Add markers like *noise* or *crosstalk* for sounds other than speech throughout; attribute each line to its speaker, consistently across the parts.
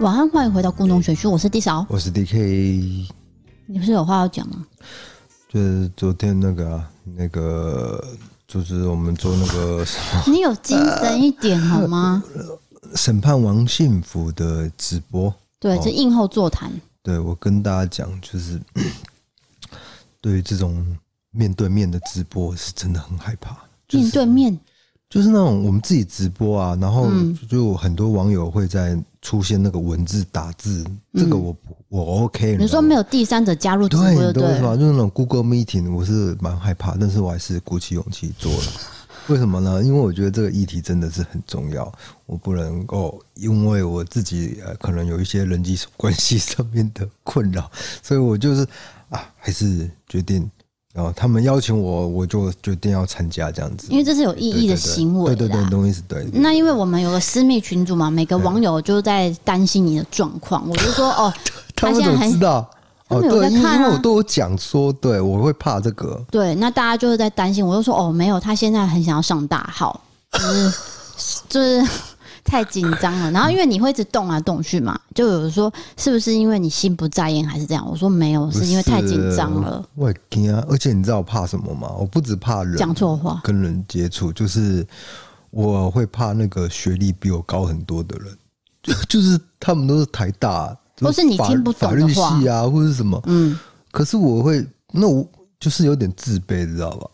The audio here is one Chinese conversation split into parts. Speaker 1: 晚安，欢迎回到故弄玄虚，我是地嫂。
Speaker 2: 我是 DK，
Speaker 1: 你不是有话要讲
Speaker 2: *laughs*
Speaker 1: 吗？
Speaker 2: 就是昨天那个、啊、那个，就是我们做那个什么
Speaker 1: 你有精神一点好
Speaker 2: *laughs*
Speaker 1: 吗？
Speaker 2: *coughs* 审判王幸福的直播，
Speaker 1: 对，这映后座谈，
Speaker 2: 对我跟大家讲，就是 *coughs* 对于这种面对面的直播，是真的很害怕。就是
Speaker 1: 面对面，
Speaker 2: 就是那种我们自己直播啊，然后
Speaker 1: 嗯
Speaker 2: 就有很多网友会在出现那个文字打字，这个我不我 OK。
Speaker 1: 嗯你说没有第三者加入直播就
Speaker 2: 对，你懂我意
Speaker 1: 对
Speaker 2: 思吧？
Speaker 1: 了，
Speaker 2: 就是那种 Google Meeting，我是蛮害怕，但是我还是鼓起勇气做了。为什么呢？因为我觉得这个议题真的是很重要，我不能够因为我自己呃可能有一些人际关系上面的困扰，所以我就是啊，还是决定，然后他们邀请我，我就决定要参加这样子，
Speaker 1: 因为这是有意义的行为啦。
Speaker 2: 对对对，你懂意思对。对
Speaker 1: 那因为我们有个私密群组嘛，每个网友就在担心你的状况，我就说哦，
Speaker 2: 他们
Speaker 1: 现在
Speaker 2: 怎么
Speaker 1: 很
Speaker 2: 知道？
Speaker 1: 他
Speaker 2: 哦，
Speaker 1: 们有在
Speaker 2: 对，因为
Speaker 1: 看啊
Speaker 2: 因为我都有讲说，对我会怕这个，
Speaker 1: 对，那大家就是在担心，我就说哦，没有，他现在很想要上大号，就是 *laughs* 就是 *laughs* 太紧张了。然后因为你会一直动来动去嘛，就有人说是不是因为你心不在焉还是这样？我说没有，
Speaker 2: 不
Speaker 1: 是因为太紧张了，。
Speaker 2: 我也惊啊！而且你知道我怕什么吗？我不只怕人
Speaker 1: 讲错话。
Speaker 2: 跟人接触，就是我会怕那个学历比我高很多的人，就就是他们都是台大，就
Speaker 1: 或是你
Speaker 2: 法
Speaker 1: 听不懂
Speaker 2: 法
Speaker 1: 的
Speaker 2: 律
Speaker 1: 话
Speaker 2: 系啊，或者是什么。
Speaker 1: 嗯，
Speaker 2: 可是我会，那我就是有点自卑，知道吧？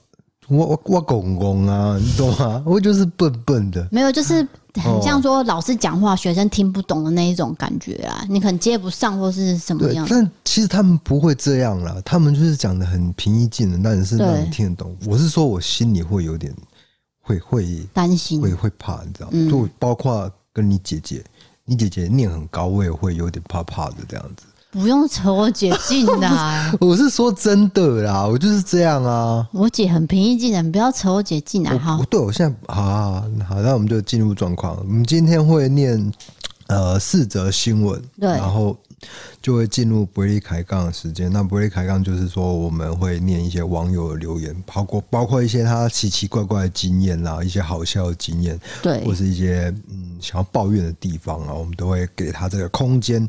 Speaker 2: 我我我公公啊，你懂吗？我就是笨笨的，
Speaker 1: 没有，就是
Speaker 2: 哦
Speaker 1: 很像说老师讲话学生听不懂的那一种感觉啦，你可能接不上或是什么
Speaker 2: 对
Speaker 1: 样，。
Speaker 2: 但其实他们不会这样啦，他们就是讲的很平易近人，但是让
Speaker 1: 对
Speaker 2: 你听得懂。我是说，我心里会有点会会
Speaker 1: 担心
Speaker 2: 会会怕，你知道吗？
Speaker 1: 嗯
Speaker 2: 就包括跟你姐姐，你姐姐念很高，我也会有点怕怕的这样子。
Speaker 1: 不用扯我姐进
Speaker 2: *laughs*
Speaker 1: 来，
Speaker 2: 我是说真的啦，我就是这样啊。
Speaker 1: 我姐很平易近人，不要扯我姐进来哈
Speaker 2: 我。对我现在啊，好，那我们就进入状况。我们今天会念呃四则新闻，
Speaker 1: 对
Speaker 2: 然后就会进入伯利开杠的时间。那伯利开杠就是说，我们会念一些网友的留言，包括包括一些他奇奇怪怪的经验啊啦，一些好笑的经验，
Speaker 1: 对
Speaker 2: 或，是一些嗯想要抱怨的地方啊，我们都会给他这个空间，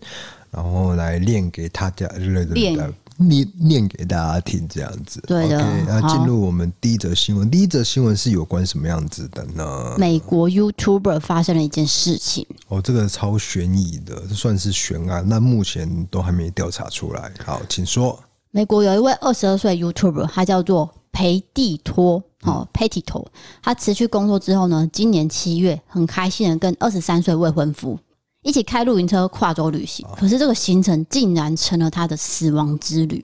Speaker 2: 然后来练给大家，
Speaker 1: 练
Speaker 2: 念念给大家听，这样子。
Speaker 1: 对的
Speaker 2: OK，那
Speaker 1: 好
Speaker 2: 进入我们第一则新闻，第一则新闻是有关什么样子的呢？
Speaker 1: 美国 YouTuber 发生了一件事情，
Speaker 2: 哦，这个超悬疑的，这算是悬案，那目前都还没调查出来。好，请说。
Speaker 1: 美国有一位二十二岁 YouTuber，他叫做裴蒂托，哦，佩蒂托。他辞去工作之后呢，今年七月很开心的跟二十三岁未婚夫一起开露营车跨州旅行，可是这个行程竟然成了他的死亡之旅。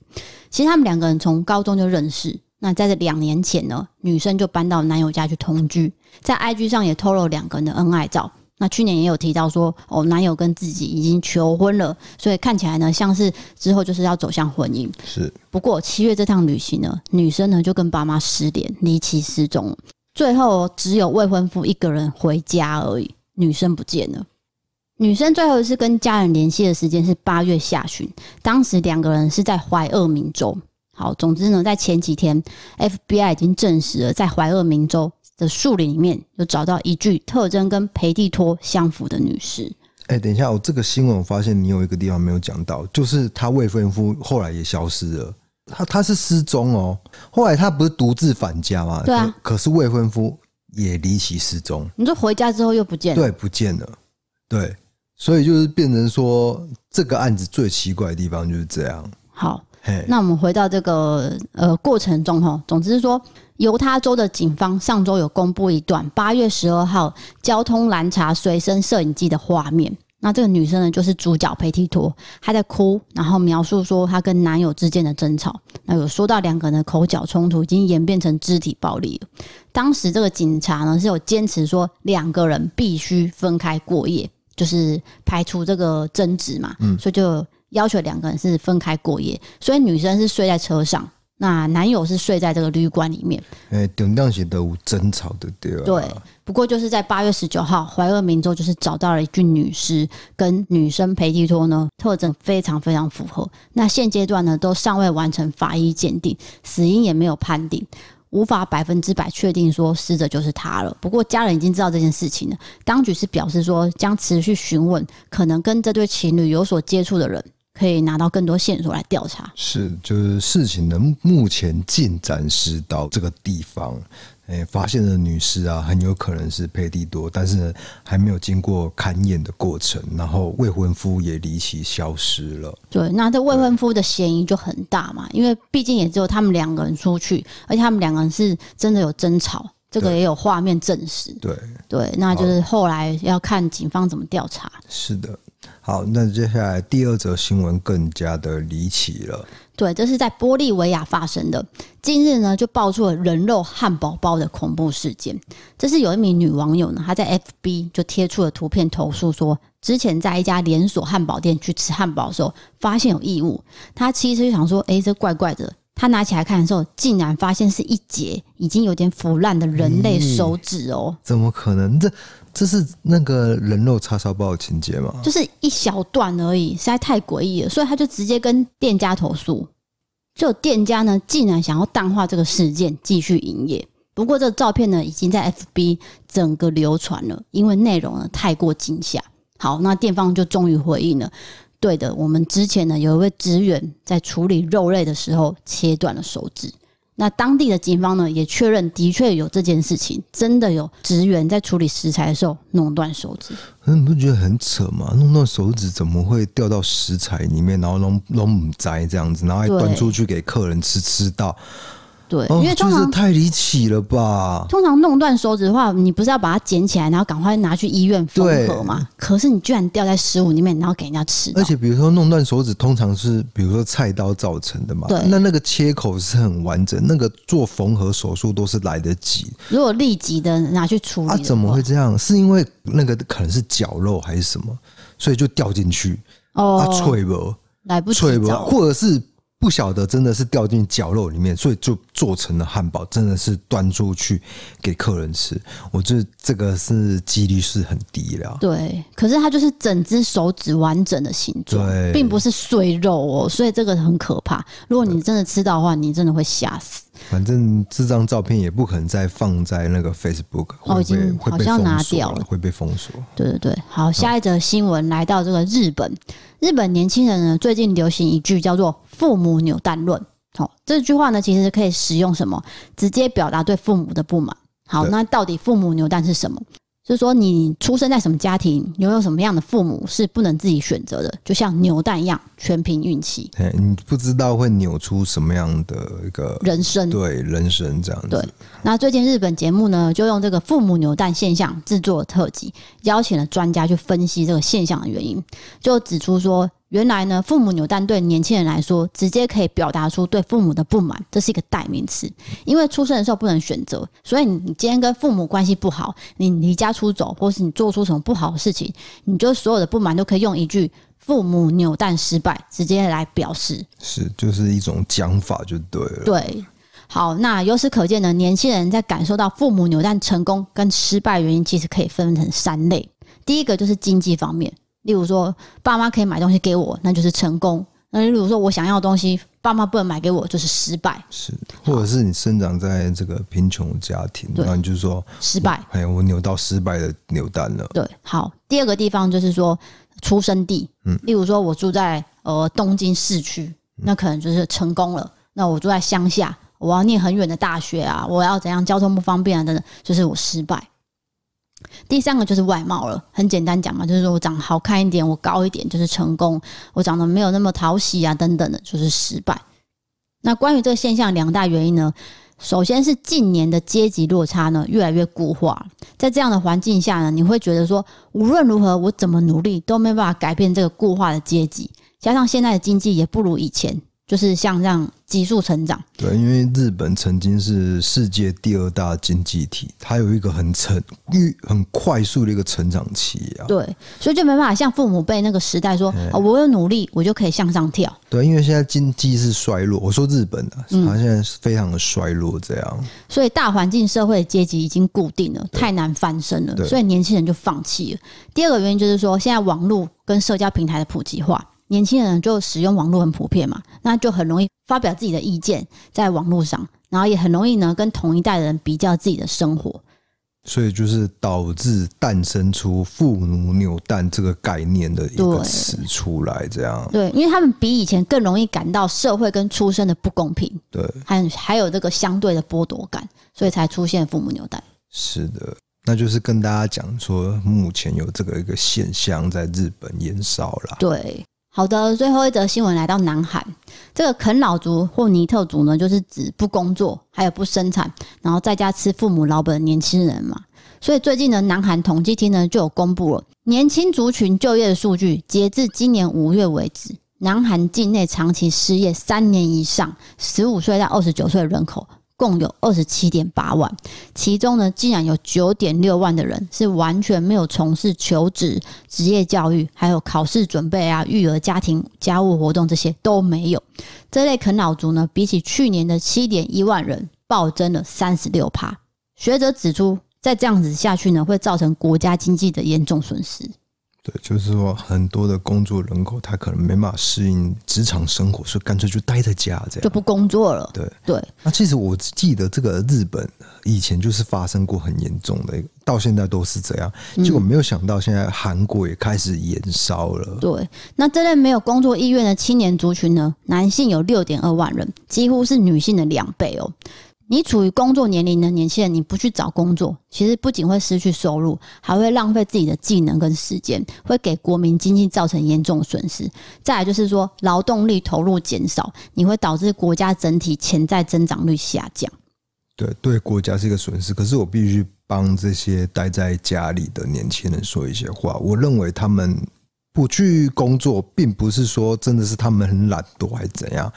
Speaker 1: 其实他们两个人从高中就认识，那在这两年前呢，女生就搬到男友家去同居，在 IG 上也透露两个人的恩爱照。那去年也有提到说，哦，男友跟自己已经求婚了，所以看起来呢，像是之后就是要走向婚姻。
Speaker 2: 是
Speaker 1: 不过七月这趟旅行呢，女生呢就跟爸妈失联，离奇失踪，最后只有未婚夫一个人回家而已，女生不见了。女生最后一次跟家人联系的时间是八月下旬，当时两个人是在怀俄明州。好，总之呢，在前几天，FBI 已经证实了，在怀俄明州的树林里面有找到一具特征跟裴蒂托相符的女尸。
Speaker 2: 哎、等一下，我这个新闻我发现你有一个地方没有讲到，就是她未婚夫后来也消失了，他他是失踪哦，后来他不是独自返家嘛？
Speaker 1: 对啊
Speaker 2: 可。可是未婚夫也离奇失踪，
Speaker 1: 你说回家之后又不见了，
Speaker 2: 对，不见了，对，所以就是变成说这个案子最奇怪的地方就是这样，
Speaker 1: 好，
Speaker 2: 嘿，
Speaker 1: 那我们回到这个呃过程中哈，总之是说，犹他州的警方上周有公布一段八月十二号交通拦查随身摄影机的画面。那这个女生呢，就是主角裴蒂托，她在哭，然后描述说她跟男友之间的争吵。那有说到两个人的口角冲突已经演变成肢体暴力了。当时这个警察呢是有坚持说两个人必须分开过夜，就是排除这个争执嘛，所以就要求两个人是分开过夜，所以女生是睡在车上，那男友是睡在这个旅馆里面。
Speaker 2: 哎，中当时都有争吵的对吧？
Speaker 1: 对，不过就是在八月十九号，怀俄明州就是找到了一具女尸，跟女生裴蒂托呢特征非常非常符合。那现阶段呢都尚未完成法医鉴定，死因也没有判定，无法百分之百确定说死者就是他了。不过家人已经知道这件事情了，当局是表示说将持续询问可能跟这对情侣有所接触的人，可以拿到更多线索来调查。
Speaker 2: 是，就是事情的目前进展是到这个地方，哎、发现了女尸啊，很有可能是佩蒂多，但是呢还没有经过勘验的过程，然后未婚夫也离奇消失了。
Speaker 1: 对，那这未婚夫的嫌疑就很大嘛，因为毕竟也只有他们两个人出去，而且他们两个人是真的有争吵，这个
Speaker 2: 对
Speaker 1: 也有画面证实。
Speaker 2: 对，
Speaker 1: 对，那就是后来要看警方怎么调查。
Speaker 2: 是的。好，那接下来第二则新闻更加的离奇了。
Speaker 1: 对，这是在玻利维亚发生的。近日呢，就爆出了人肉汉堡包的恐怖事件。这是有一名女网友呢，她在 FB 就贴出了图片投诉说，之前在一家连锁汉堡店去吃汉堡的时候，发现有异物。她其实就想说，诶，这怪怪的。她拿起来看的时候，竟然发现是一节已经有点腐烂的人类手指哦，
Speaker 2: 怎么可能？这这是那个人肉叉烧包的情节吗？
Speaker 1: 就是一小段而已，实在太诡异了，所以他就直接跟店家投诉。就店家呢，竟然想要淡化这个事件，继续营业。不过这个照片呢，已经在 FB 整个流传了，因为内容呢太过惊吓。好，那店方就终于回应了，对的，我们之前呢有一位职员在处理肉类的时候切断了手指。那当地的警方呢也确认，的确有这件事情，真的有职员在处理食材的时候弄断手指。
Speaker 2: 那你不觉得很扯吗？弄断手指怎么会掉到食材里面，然后弄弄母摘这样子，然后还
Speaker 1: 对
Speaker 2: 端出去给客人吃吃到？
Speaker 1: 对，
Speaker 2: 哦
Speaker 1: 因为，
Speaker 2: 就
Speaker 1: 通
Speaker 2: 是
Speaker 1: 常
Speaker 2: 太离奇了吧？
Speaker 1: 通常弄断手指的话，你不是要把它捡起来，然后赶快拿去医院缝合吗？可是你居然掉在食物里面，然后给人家吃到
Speaker 2: 而且比如说弄断手指，通常是比如说菜刀造成的嘛
Speaker 1: 对，
Speaker 2: 那那个切口是很完整，那个做缝合手术都是来得及。
Speaker 1: 如果立即的拿去处理的
Speaker 2: 啊，
Speaker 1: 话
Speaker 2: 怎么会这样？是因为那个可能是绞肉还是什么，所以就掉进去啊，
Speaker 1: 哦，
Speaker 2: 脆了。
Speaker 1: 来不
Speaker 2: 脆
Speaker 1: 及
Speaker 2: 吧，
Speaker 1: 找。
Speaker 2: 或者是不晓得真的是掉进绞肉里面，所以就做成了汉堡，真的是端出去给客人吃。我觉得这个是几率是很低了。
Speaker 1: 对，可是它就是整只手指完整的形状，
Speaker 2: 对
Speaker 1: 并不是碎肉哦，所以这个很可怕。如果你真的吃到的话，你真的会吓死。
Speaker 2: 反正这张照片也不可能再放在那个 Facebook，
Speaker 1: 哦
Speaker 2: 会
Speaker 1: 已
Speaker 2: 被
Speaker 1: 经
Speaker 2: 会
Speaker 1: 好
Speaker 2: 被
Speaker 1: 像拿
Speaker 2: 封锁
Speaker 1: 掉了
Speaker 2: 会被封锁。
Speaker 1: 对对对，好，下一则新闻来到这个日本，日本年轻人呢最近流行一句叫做“父母扭蛋论”。好、这句话呢其实可以使用什么？直接表达对父母的不满。好，
Speaker 2: 对
Speaker 1: 那到底父母扭蛋是什么？就是说你出生在什么家庭，拥有什么样的父母是不能自己选择的，就像扭蛋一样，全凭运气，
Speaker 2: 哎，你不知道会扭出什么样的一个
Speaker 1: 人生。
Speaker 2: 对人生这样子。
Speaker 1: 对那最近日本节目呢，就用这个父母扭蛋现象制作特辑，邀请了专家去分析这个现象的原因，就指出说，原来呢，父母扭蛋对年轻人来说，直接可以表达出对父母的不满，这是一个代名词。因为出生的时候不能选择，所以你今天跟父母关系不好，你离家出走，或是你做出什么不好的事情，你就所有的不满都可以用一句“父母扭蛋失败”直接来表示。
Speaker 2: 是就是一种讲法就对了。
Speaker 1: 对，好，那由此可见呢，年轻人在感受到父母扭蛋成功跟失败原因，其实可以分成三类。第一个就是经济方面，例如说爸妈可以买东西给我，那就是成功；那例如说我想要的东西，爸妈不能买给我，就是失败，
Speaker 2: 是，或者是你生长在这个贫穷家庭，
Speaker 1: 对
Speaker 2: 然后你就说，
Speaker 1: 失败。
Speaker 2: 哎，我扭到失败的扭蛋了。
Speaker 1: 对，好，第二个地方就是说出生地，例如说我住在呃东京市区，那可能就是成功了；那我住在乡下，我要念很远的大学啊，我要怎样交通不方便啊等等，就是我失败。第三个就是外貌了，很简单讲嘛，就是说我长得好看一点，我高一点就是成功，我长得没有那么讨喜啊等等的，就是失败。那关于这个现象两大原因呢，首先是近年的阶级落差呢越来越固化了，在这样的环境下呢，你会觉得说，无论如何我怎么努力都没办法改变这个固化的阶级，加上现在的经济也不如以前，就是像这样急速成长。
Speaker 2: 对，因为日本曾经是世界第二大经济体，它有一个很成欲很快速的一个成长期啊。
Speaker 1: 对，所以就没办法像父母辈那个时代说，哦，我有努力，我就可以向上跳。
Speaker 2: 对，因为现在经济是衰落，我说日本啊，
Speaker 1: 嗯
Speaker 2: 它现在是非常的衰落，这样。
Speaker 1: 所以大环境、社会阶级已经固定了，太难翻身了，
Speaker 2: 对
Speaker 1: 所以年轻人就放弃了。第二个原因就是说，现在网络跟社交平台的普及化，年轻人就使用网络很普遍嘛，那就很容易发表自己的意见在网络上，然后也很容易呢跟同一代人比较自己的生活。
Speaker 2: 所以就是导致诞生出“父母扭蛋”这个概念的一个
Speaker 1: 对
Speaker 2: 词出来，这样
Speaker 1: 对，因为他们比以前更容易感到社会跟出身的不公平，
Speaker 2: 对，
Speaker 1: 还还有这个相对的剥夺感，所以才出现父母纽带。
Speaker 2: 是的，那就是跟大家讲说，目前有这个一个现象在日本延烧啦。
Speaker 1: 对，好的，最后一则新闻来到南韩，这个啃老族或尼特族呢，就是指不工作，还有不生产，然后在家吃父母老本的年轻人嘛。所以最近呢，南韩统计厅呢就有公布了年轻族群就业的数据，截至今年五月为止，南韩境内长期失业三年以上，十五岁到二十九岁的人口。共有二十七点八万，其中呢，竟然有九点六万的人是完全没有从事求职职业教育，还有考试准备啊、育儿、家庭家务活动这些都没有。这类啃老族呢，比起去年的七点一万人，暴增了三十六趴。学者指出，再这样子下去呢，会造成国家经济的严重损失。
Speaker 2: 对，就是说很多的工作人口，他可能没办法适应职场生活，所以干脆就待在家这
Speaker 1: 就
Speaker 2: 样。
Speaker 1: 不工作了。
Speaker 2: 啊对，
Speaker 1: 对
Speaker 2: 那其实我记得这个日本以前就是发生过很严重的，到现在都是这样。
Speaker 1: 嗯
Speaker 2: 结果没有想到，现在韩国也开始延烧了。
Speaker 1: 对，那这类没有工作意愿的青年族群呢，男性有六点二万人，几乎是女性的两倍哦。你处于工作年龄的年轻人，你不去找工作，其实不仅会失去收入，还会浪费自己的技能跟时间，会给国民经济造成严重损失。再来就是说，劳动力投入减少，你会导致国家整体潜在增长率下降。
Speaker 2: 对对，国家是一个损失。可是我必须帮这些待在家里的年轻人说一些话。我认为他们不去工作，并不是说真的是他们很懒惰还是怎样，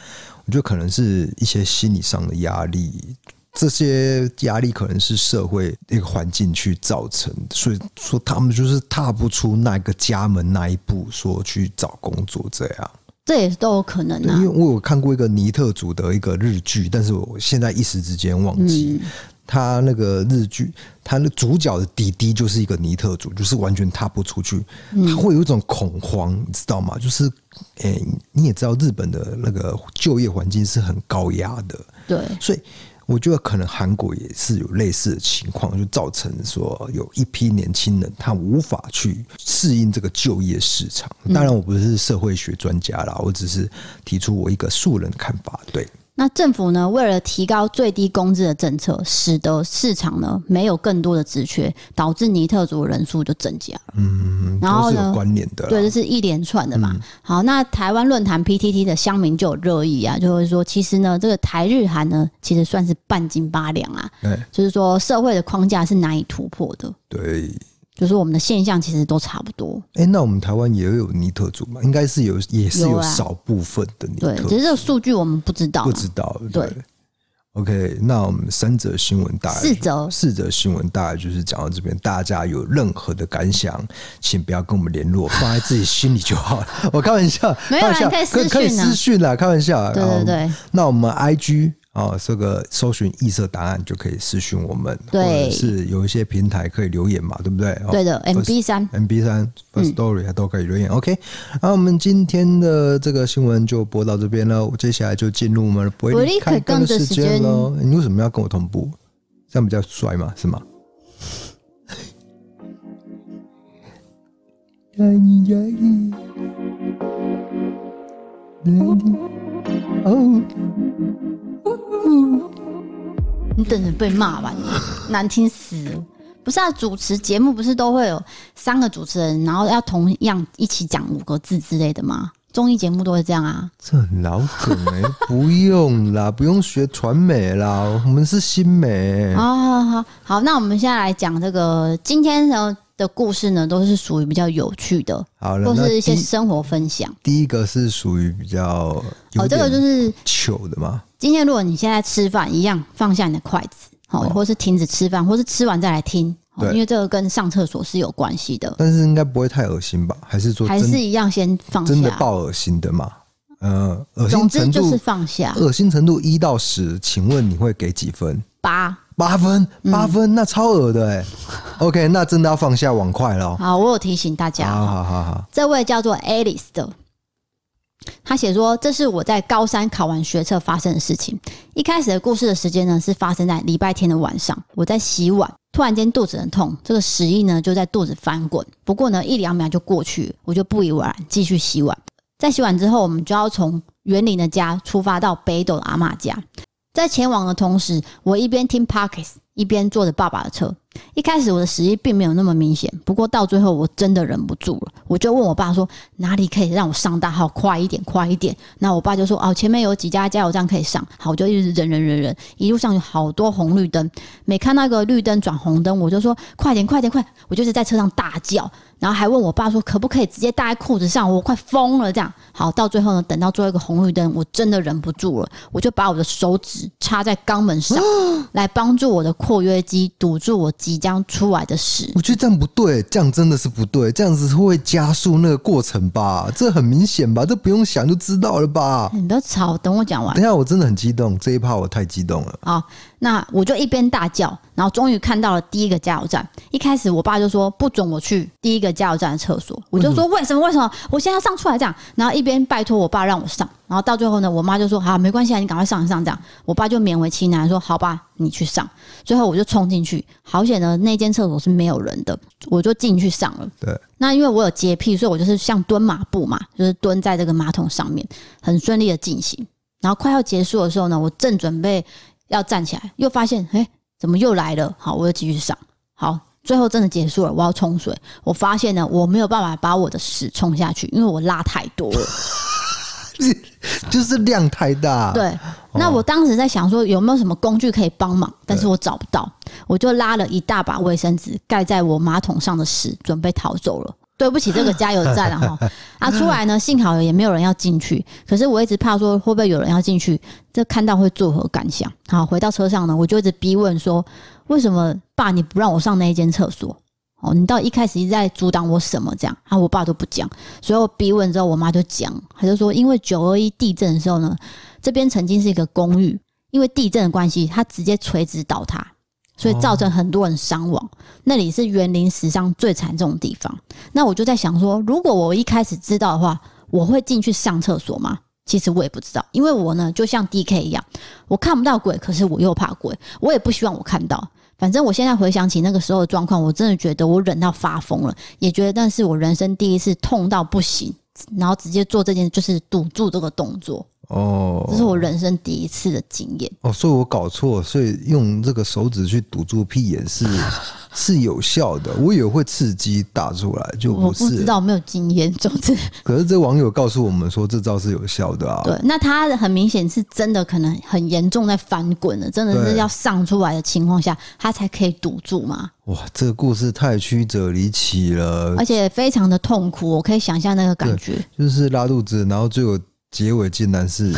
Speaker 2: 我觉得可能是一些心理上的压力。这些压力可能是社会一个环境去造成的，所以说他们就是踏不出那个家门那一步，说去找工作这样。
Speaker 1: 这也都有可能
Speaker 2: 对，
Speaker 1: 啊
Speaker 2: 因为。我有看过一个尼特族的一个日剧，但是我现在一时之间忘记、他那个日剧，他那主角的弟弟就是一个尼特族，就是完全踏不出去，他会有一种恐慌，你知道吗？就是，诶、你也知道日本的那个就业环境是很高压的，
Speaker 1: 对，
Speaker 2: 所以我觉得可能韩国也是有类似的情况，就造成说有一批年轻人他无法去适应这个就业市场。
Speaker 1: 嗯
Speaker 2: 当然，我不是社会学专家啦，我只是提出我一个素人的看法。对，
Speaker 1: 那政府呢，为了提高最低工资的政策，使得市场呢没有更多的职缺，导致尼特族的人数就增加了。
Speaker 2: 嗯，
Speaker 1: 然后
Speaker 2: 都是
Speaker 1: 呢
Speaker 2: 有关联的啦。
Speaker 1: 对，这是一连串的嘛。
Speaker 2: 嗯
Speaker 1: 好，那台湾论坛 PTT 的乡民就有热议啊，就会说，其实呢，这个台日韩呢，其实算是半斤八两啊，
Speaker 2: 哎
Speaker 1: 就是说社会的框架是难以突破的，
Speaker 2: 对，
Speaker 1: 就是我们的现象其实都差不多。
Speaker 2: 哎、那我们台湾也有尼特族嘛？应该是有，也是
Speaker 1: 有
Speaker 2: 有
Speaker 1: 啊
Speaker 2: 少部分的尼
Speaker 1: 对
Speaker 2: 特，
Speaker 1: 只是这个数据我们不知道
Speaker 2: 不
Speaker 1: 嘛。
Speaker 2: 知道。
Speaker 1: 对
Speaker 2: OK，那我们三则新闻大概
Speaker 1: 四则
Speaker 2: 四则新闻大概就是讲到这边，大家有任何的感想，请不要跟我们联络，放在自己心里就好
Speaker 1: *laughs*
Speaker 2: 了。我开玩笑，
Speaker 1: 没有
Speaker 2: 开
Speaker 1: 啦
Speaker 2: 玩笑，
Speaker 1: 你可以私
Speaker 2: 可以
Speaker 1: 讯啊
Speaker 2: 私讯啦，开玩笑啊。
Speaker 1: 对
Speaker 2: 然
Speaker 1: 对
Speaker 2: 后
Speaker 1: 对，
Speaker 2: 那我们 IG 啊、这个搜寻异色答案就可以私讯我们，
Speaker 1: 对
Speaker 2: 或者是有一些平台可以留言嘛，对不对？哦
Speaker 1: 对的
Speaker 2: First-
Speaker 1: MB 三
Speaker 2: MB 三 First Story 还都可以留言。OK，那我们今天的这个新闻就播到这边了，接下来就进入我们的伯
Speaker 1: 伯
Speaker 2: 利
Speaker 1: 利
Speaker 2: 开
Speaker 1: 可
Speaker 2: 杠
Speaker 1: 杠
Speaker 2: 的
Speaker 1: 的
Speaker 2: 时
Speaker 1: 时间
Speaker 2: 间喽。你为什么要跟我同步？这样比较帅嘛，是吗？呀咿呀咿，啦哩哦。
Speaker 1: 你等着被骂完，
Speaker 2: *laughs*
Speaker 1: 难听死了。不是啊，主持节目不是都会有三个主持人，然后要同样一起讲五个字之类的吗？综艺节目都会这样啊。
Speaker 2: 这很老梗哎、不用啦，不用学传媒啦，我们是新媒、
Speaker 1: 好好好好，那我们现在来讲这个今天的呃的故事呢，都是属于比较有趣的，
Speaker 2: 好了，
Speaker 1: 或
Speaker 2: 那
Speaker 1: 是一些
Speaker 2: 第
Speaker 1: 生活分享。
Speaker 2: 第一个是属于比较
Speaker 1: 哦，
Speaker 2: 有
Speaker 1: 这个就
Speaker 2: 点
Speaker 1: 是
Speaker 2: 糗的嘛，
Speaker 1: 今天如果你现在吃饭一样放下你的筷子，好、
Speaker 2: 哦
Speaker 1: 或是停止吃饭，或是吃完再来听，哦
Speaker 2: 对
Speaker 1: 因为这个跟上厕所是有关系的，
Speaker 2: 但是应该不会太恶心吧？还是说
Speaker 1: 还
Speaker 2: 真
Speaker 1: 是一样先放
Speaker 2: 真的
Speaker 1: 下。
Speaker 2: 爆恶心的嘛？呃，恶
Speaker 1: 总
Speaker 2: 心
Speaker 1: 之
Speaker 2: 程
Speaker 1: 就是
Speaker 2: 度，
Speaker 1: 放下
Speaker 2: 恶心程度一到十，请问你会给几分？
Speaker 1: 八。
Speaker 2: 八分，
Speaker 1: 嗯
Speaker 2: 八分，那超恶的哎、OK，那真的要放下碗筷了哦。
Speaker 1: 好，我有提醒大家，
Speaker 2: 好好好好，
Speaker 1: 这位叫做 Alice 的，他写说：“这是我在高三考完学测发生的事情。一开始的故事的时间呢，是发生在礼拜天的晚上，我在洗碗，突然间肚子很痛，这个食欲呢就在肚子翻滚。不过呢，一两秒就过去，我就不以为然，继续洗碗。在洗碗之后，我们就要从园林的家出发到北斗的阿嬷家。在前往的同时，我一边听 Pockets，一边坐着爸爸的车。一开始我的食欲并没有那么明显，不过到最后我真的忍不住了，我就问我爸说哪里可以让我上大号快一点，快一点。那我爸就说哦，前面有几家加油站可以上，好，我就一直忍忍忍忍，一路上有好多红绿灯，每看到一个绿灯转红灯，我就说快点快点快，我就是在车上大叫，然后还问我爸说可不可以直接搭在裤子上，我快疯了这样。好，到最后呢，等到最后一个红绿灯，我真的忍不住了，我就把我的手指插在肛门上。来帮助我的括约肌堵住我即将出来的屎。
Speaker 2: 我觉得这样不对，这样真的是不对，这样子会加速那个过程吧？这很明显吧？这不用想就知道了吧？
Speaker 1: 你不要吵，等我讲完
Speaker 2: 等一。下，我真的很激动，这一趴我太激动了。
Speaker 1: 好，那我就一边大叫，然后终于看到了第一个加油站。一开始我爸就说不准我去第一个加油站的厕所，我就说为什么为什么我现在要上出来这样，然后一边拜托我爸让我上，然后到最后呢，我妈就说好没关系啊，你赶快上上这样，我爸就勉为其难说好吧，你去上。最后我就冲进去，好险呢，那间厕所是没有人的，我就进去上了。
Speaker 2: 对，
Speaker 1: 那因为我有洁癖，所以我就是像蹲马步嘛，就是蹲在这个马桶上面，很顺利的进行。然后快要结束的时候呢，我正准备要站起来，又发现哎、诶怎么又来了？好，我又继续上。好，最后真的结束了，我要冲水。我发现呢，我没有办法把我的屎冲下去，因为我拉太多了。
Speaker 2: 就是量太大。，
Speaker 1: 对，那我当时在想说有没有什么工具可以帮忙，但是我找不到，我就拉了一大把卫生纸盖在我马桶上的屎，准备逃走了。对不起，这个加油站了哈啊！出来呢，幸好也没有人要进去，可是我一直怕说会不会有人要进去，这看到会作何感想？好，回到车上呢，我就一直逼问说，为什么爸你不让我上那一间厕所？哦，你到底一开始一直在阻挡我什么这样啊？我爸都不讲，所以我逼问之后，我妈就讲，她就说，因为九二一地震的时候呢，这边曾经是一个公寓，因为地震的关系，它直接垂直倒塌，所以造成很多人伤亡。那里是园林史上最惨重的地方。那我就在想说，如果我一开始知道的话，我会进去上厕所吗？其实我也不知道，因为我呢就像 D K 一样，我看不到鬼，可是我又怕鬼，我也不希望我看到。反正我现在回想起那个时候的状况，我真的觉得我忍到发疯了，也觉得那是我人生第一次痛到不行，然后直接做这件就是堵住这个动作。
Speaker 2: 哦，
Speaker 1: 这是我人生第一次的经验。
Speaker 2: 哦，所以我搞错，所以用这个手指去堵住屁
Speaker 1: *laughs*
Speaker 2: 眼是是有效的。我以为会刺激打出来，就
Speaker 1: 我
Speaker 2: 不
Speaker 1: 不知
Speaker 2: 是。
Speaker 1: 道，没有经验。 *laughs* 总之，
Speaker 2: 可是这网友告诉我们说，这招是有效的啊。
Speaker 1: 对，那他很明显是真的，可能很严重在翻滚了，真的是
Speaker 2: 对
Speaker 1: 要上出来的情况下，他才可以堵住嘛，
Speaker 2: 哇，这个故事太曲折离奇了
Speaker 1: 而，且非常的痛苦，我可以想象那个感觉。
Speaker 2: 就是拉肚子，然后最后结尾竟
Speaker 1: *laughs*
Speaker 2: 然是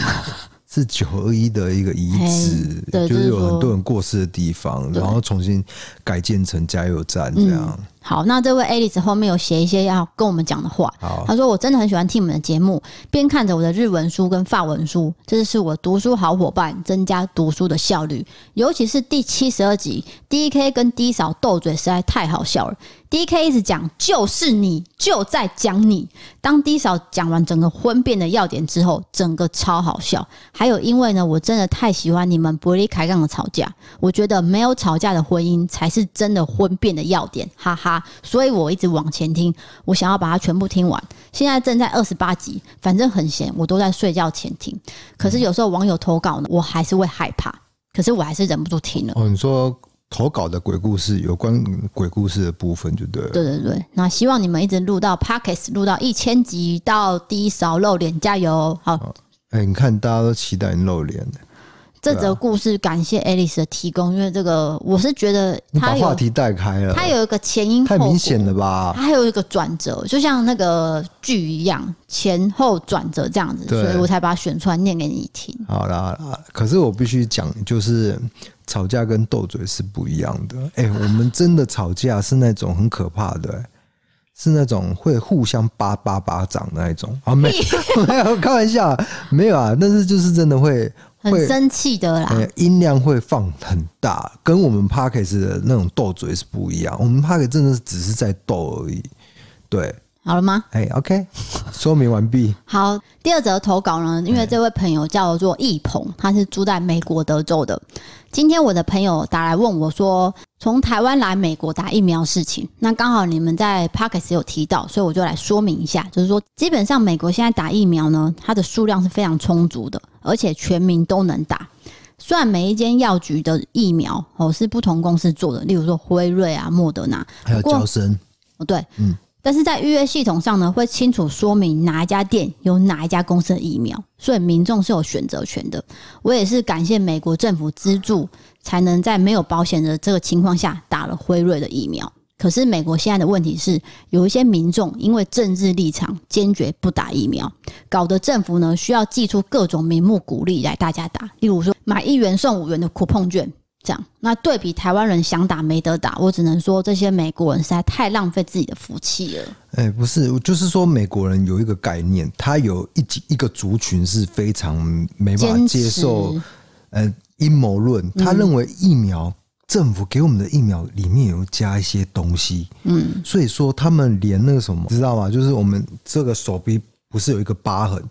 Speaker 2: 是九二一的一个遗址
Speaker 1: 嘿，对
Speaker 2: 就是
Speaker 1: 就是
Speaker 2: 有
Speaker 1: 说
Speaker 2: 很多人过世的地方，
Speaker 1: 对嗯
Speaker 2: 然后重新改建成加油站这样。
Speaker 1: 好，那这位 Alice 后面有写一些要跟我们讲的话，
Speaker 2: 好，
Speaker 1: 他说：“我真的很喜欢听你们的节目，边看着我的日文书跟法文书，这是我读书好伙伴，增加读书的效率。尤其是第七十二集，D K 跟 D 嫂斗嘴实在太好笑了。D K 一直讲就是你，就在讲你。当 D 嫂讲完整个婚变的要点之后，整个超好笑。还有，因为呢，我真的太喜欢你们不离开杠的吵架，我觉得没有吵架的婚姻才是真的婚变的要点，哈哈。所以我一直往前听，我想要把它全部听完。现在正在二十八集，反正很闲，我都在睡觉前听。可是有时候网友投稿呢，我还是会害怕，可是我还是忍不住听了。
Speaker 2: 哦，你说投稿的鬼故事，有关鬼故事的部分就对了。
Speaker 1: 对对对，那希望你们一直录到 Pockets，录到一千集，到第一勺露脸，加油！好，
Speaker 2: 哎、你看大家都期待你露脸，
Speaker 1: 这则故事感谢 Alice 的提供，因为这个我是觉得
Speaker 2: 你把
Speaker 1: 他
Speaker 2: 话
Speaker 1: 有
Speaker 2: 题带开了，
Speaker 1: 他有一个前因
Speaker 2: 太
Speaker 1: 后
Speaker 2: 明
Speaker 1: 果
Speaker 2: 显了吧？
Speaker 1: 它还有一个转折，就像那个剧一样，前后转折这样子，
Speaker 2: 对
Speaker 1: 所以我才把它选出来念给你听。
Speaker 2: 好啦，好啦可是我必须讲，就是吵架跟斗嘴是不一样的。哎、我们真的吵架是那种很可怕的、哎是那种会互相巴巴巴掌那一种啊？没 *laughs* 没有，开玩笑，没有啊。但是就是真的会
Speaker 1: 很
Speaker 2: 会。
Speaker 1: 生气的啦，
Speaker 2: 呃，音量会放很大，跟我们 p a c k e s 的那种斗嘴是不一样。我们 p a c k e s 真的是只是在斗而已。对，
Speaker 1: 好了吗？
Speaker 2: 哎、o k *laughs* 说明完毕。
Speaker 1: 好，第二则投稿
Speaker 2: 嗯
Speaker 1: 呢，因为这位朋友叫做易鹏，他是住在美国德州的。今天我的朋友打来问我说，从台湾来美国打疫苗事情，那刚好你们在 p o c k e t 有提到，所以我就来说明一下，就是说，基本上美国现在打疫苗呢，它的数量是非常充足的，而且全民都能打。虽然每一间药局的疫苗哦是不同公司做的，例如说辉瑞啊、莫德纳，
Speaker 2: 还有
Speaker 1: 不过
Speaker 2: 叫声，
Speaker 1: 哦，对，
Speaker 2: 嗯
Speaker 1: 但是在预约系统上呢，会清楚说明哪一家店有哪一家公司的疫苗，所以民众是有选择权的。我也是感谢美国政府资助，才能在没有保险的这个情况下打了辉瑞的疫苗。可是美国现在的问题是，有一些民众因为政治立场坚决不打疫苗，搞得政府呢需要寄出各种名目鼓励来大家打，例如说买一元送五元的 coupon 券，这样，那对比台湾人想打没得打，我只能说这些美国人实在太浪费自己的福气了。
Speaker 2: 哎、不是，我就是说美国人有一个概念，他有一集一个族群是非常没办法
Speaker 1: 坚
Speaker 2: 接
Speaker 1: 持
Speaker 2: 受，呃，阴谋论。他认为疫苗，政府给我们的疫苗里面有加一些东西，
Speaker 1: 嗯，
Speaker 2: 所以说他们连那个什么，知道吗？就是我们这个手臂不是有一个疤痕，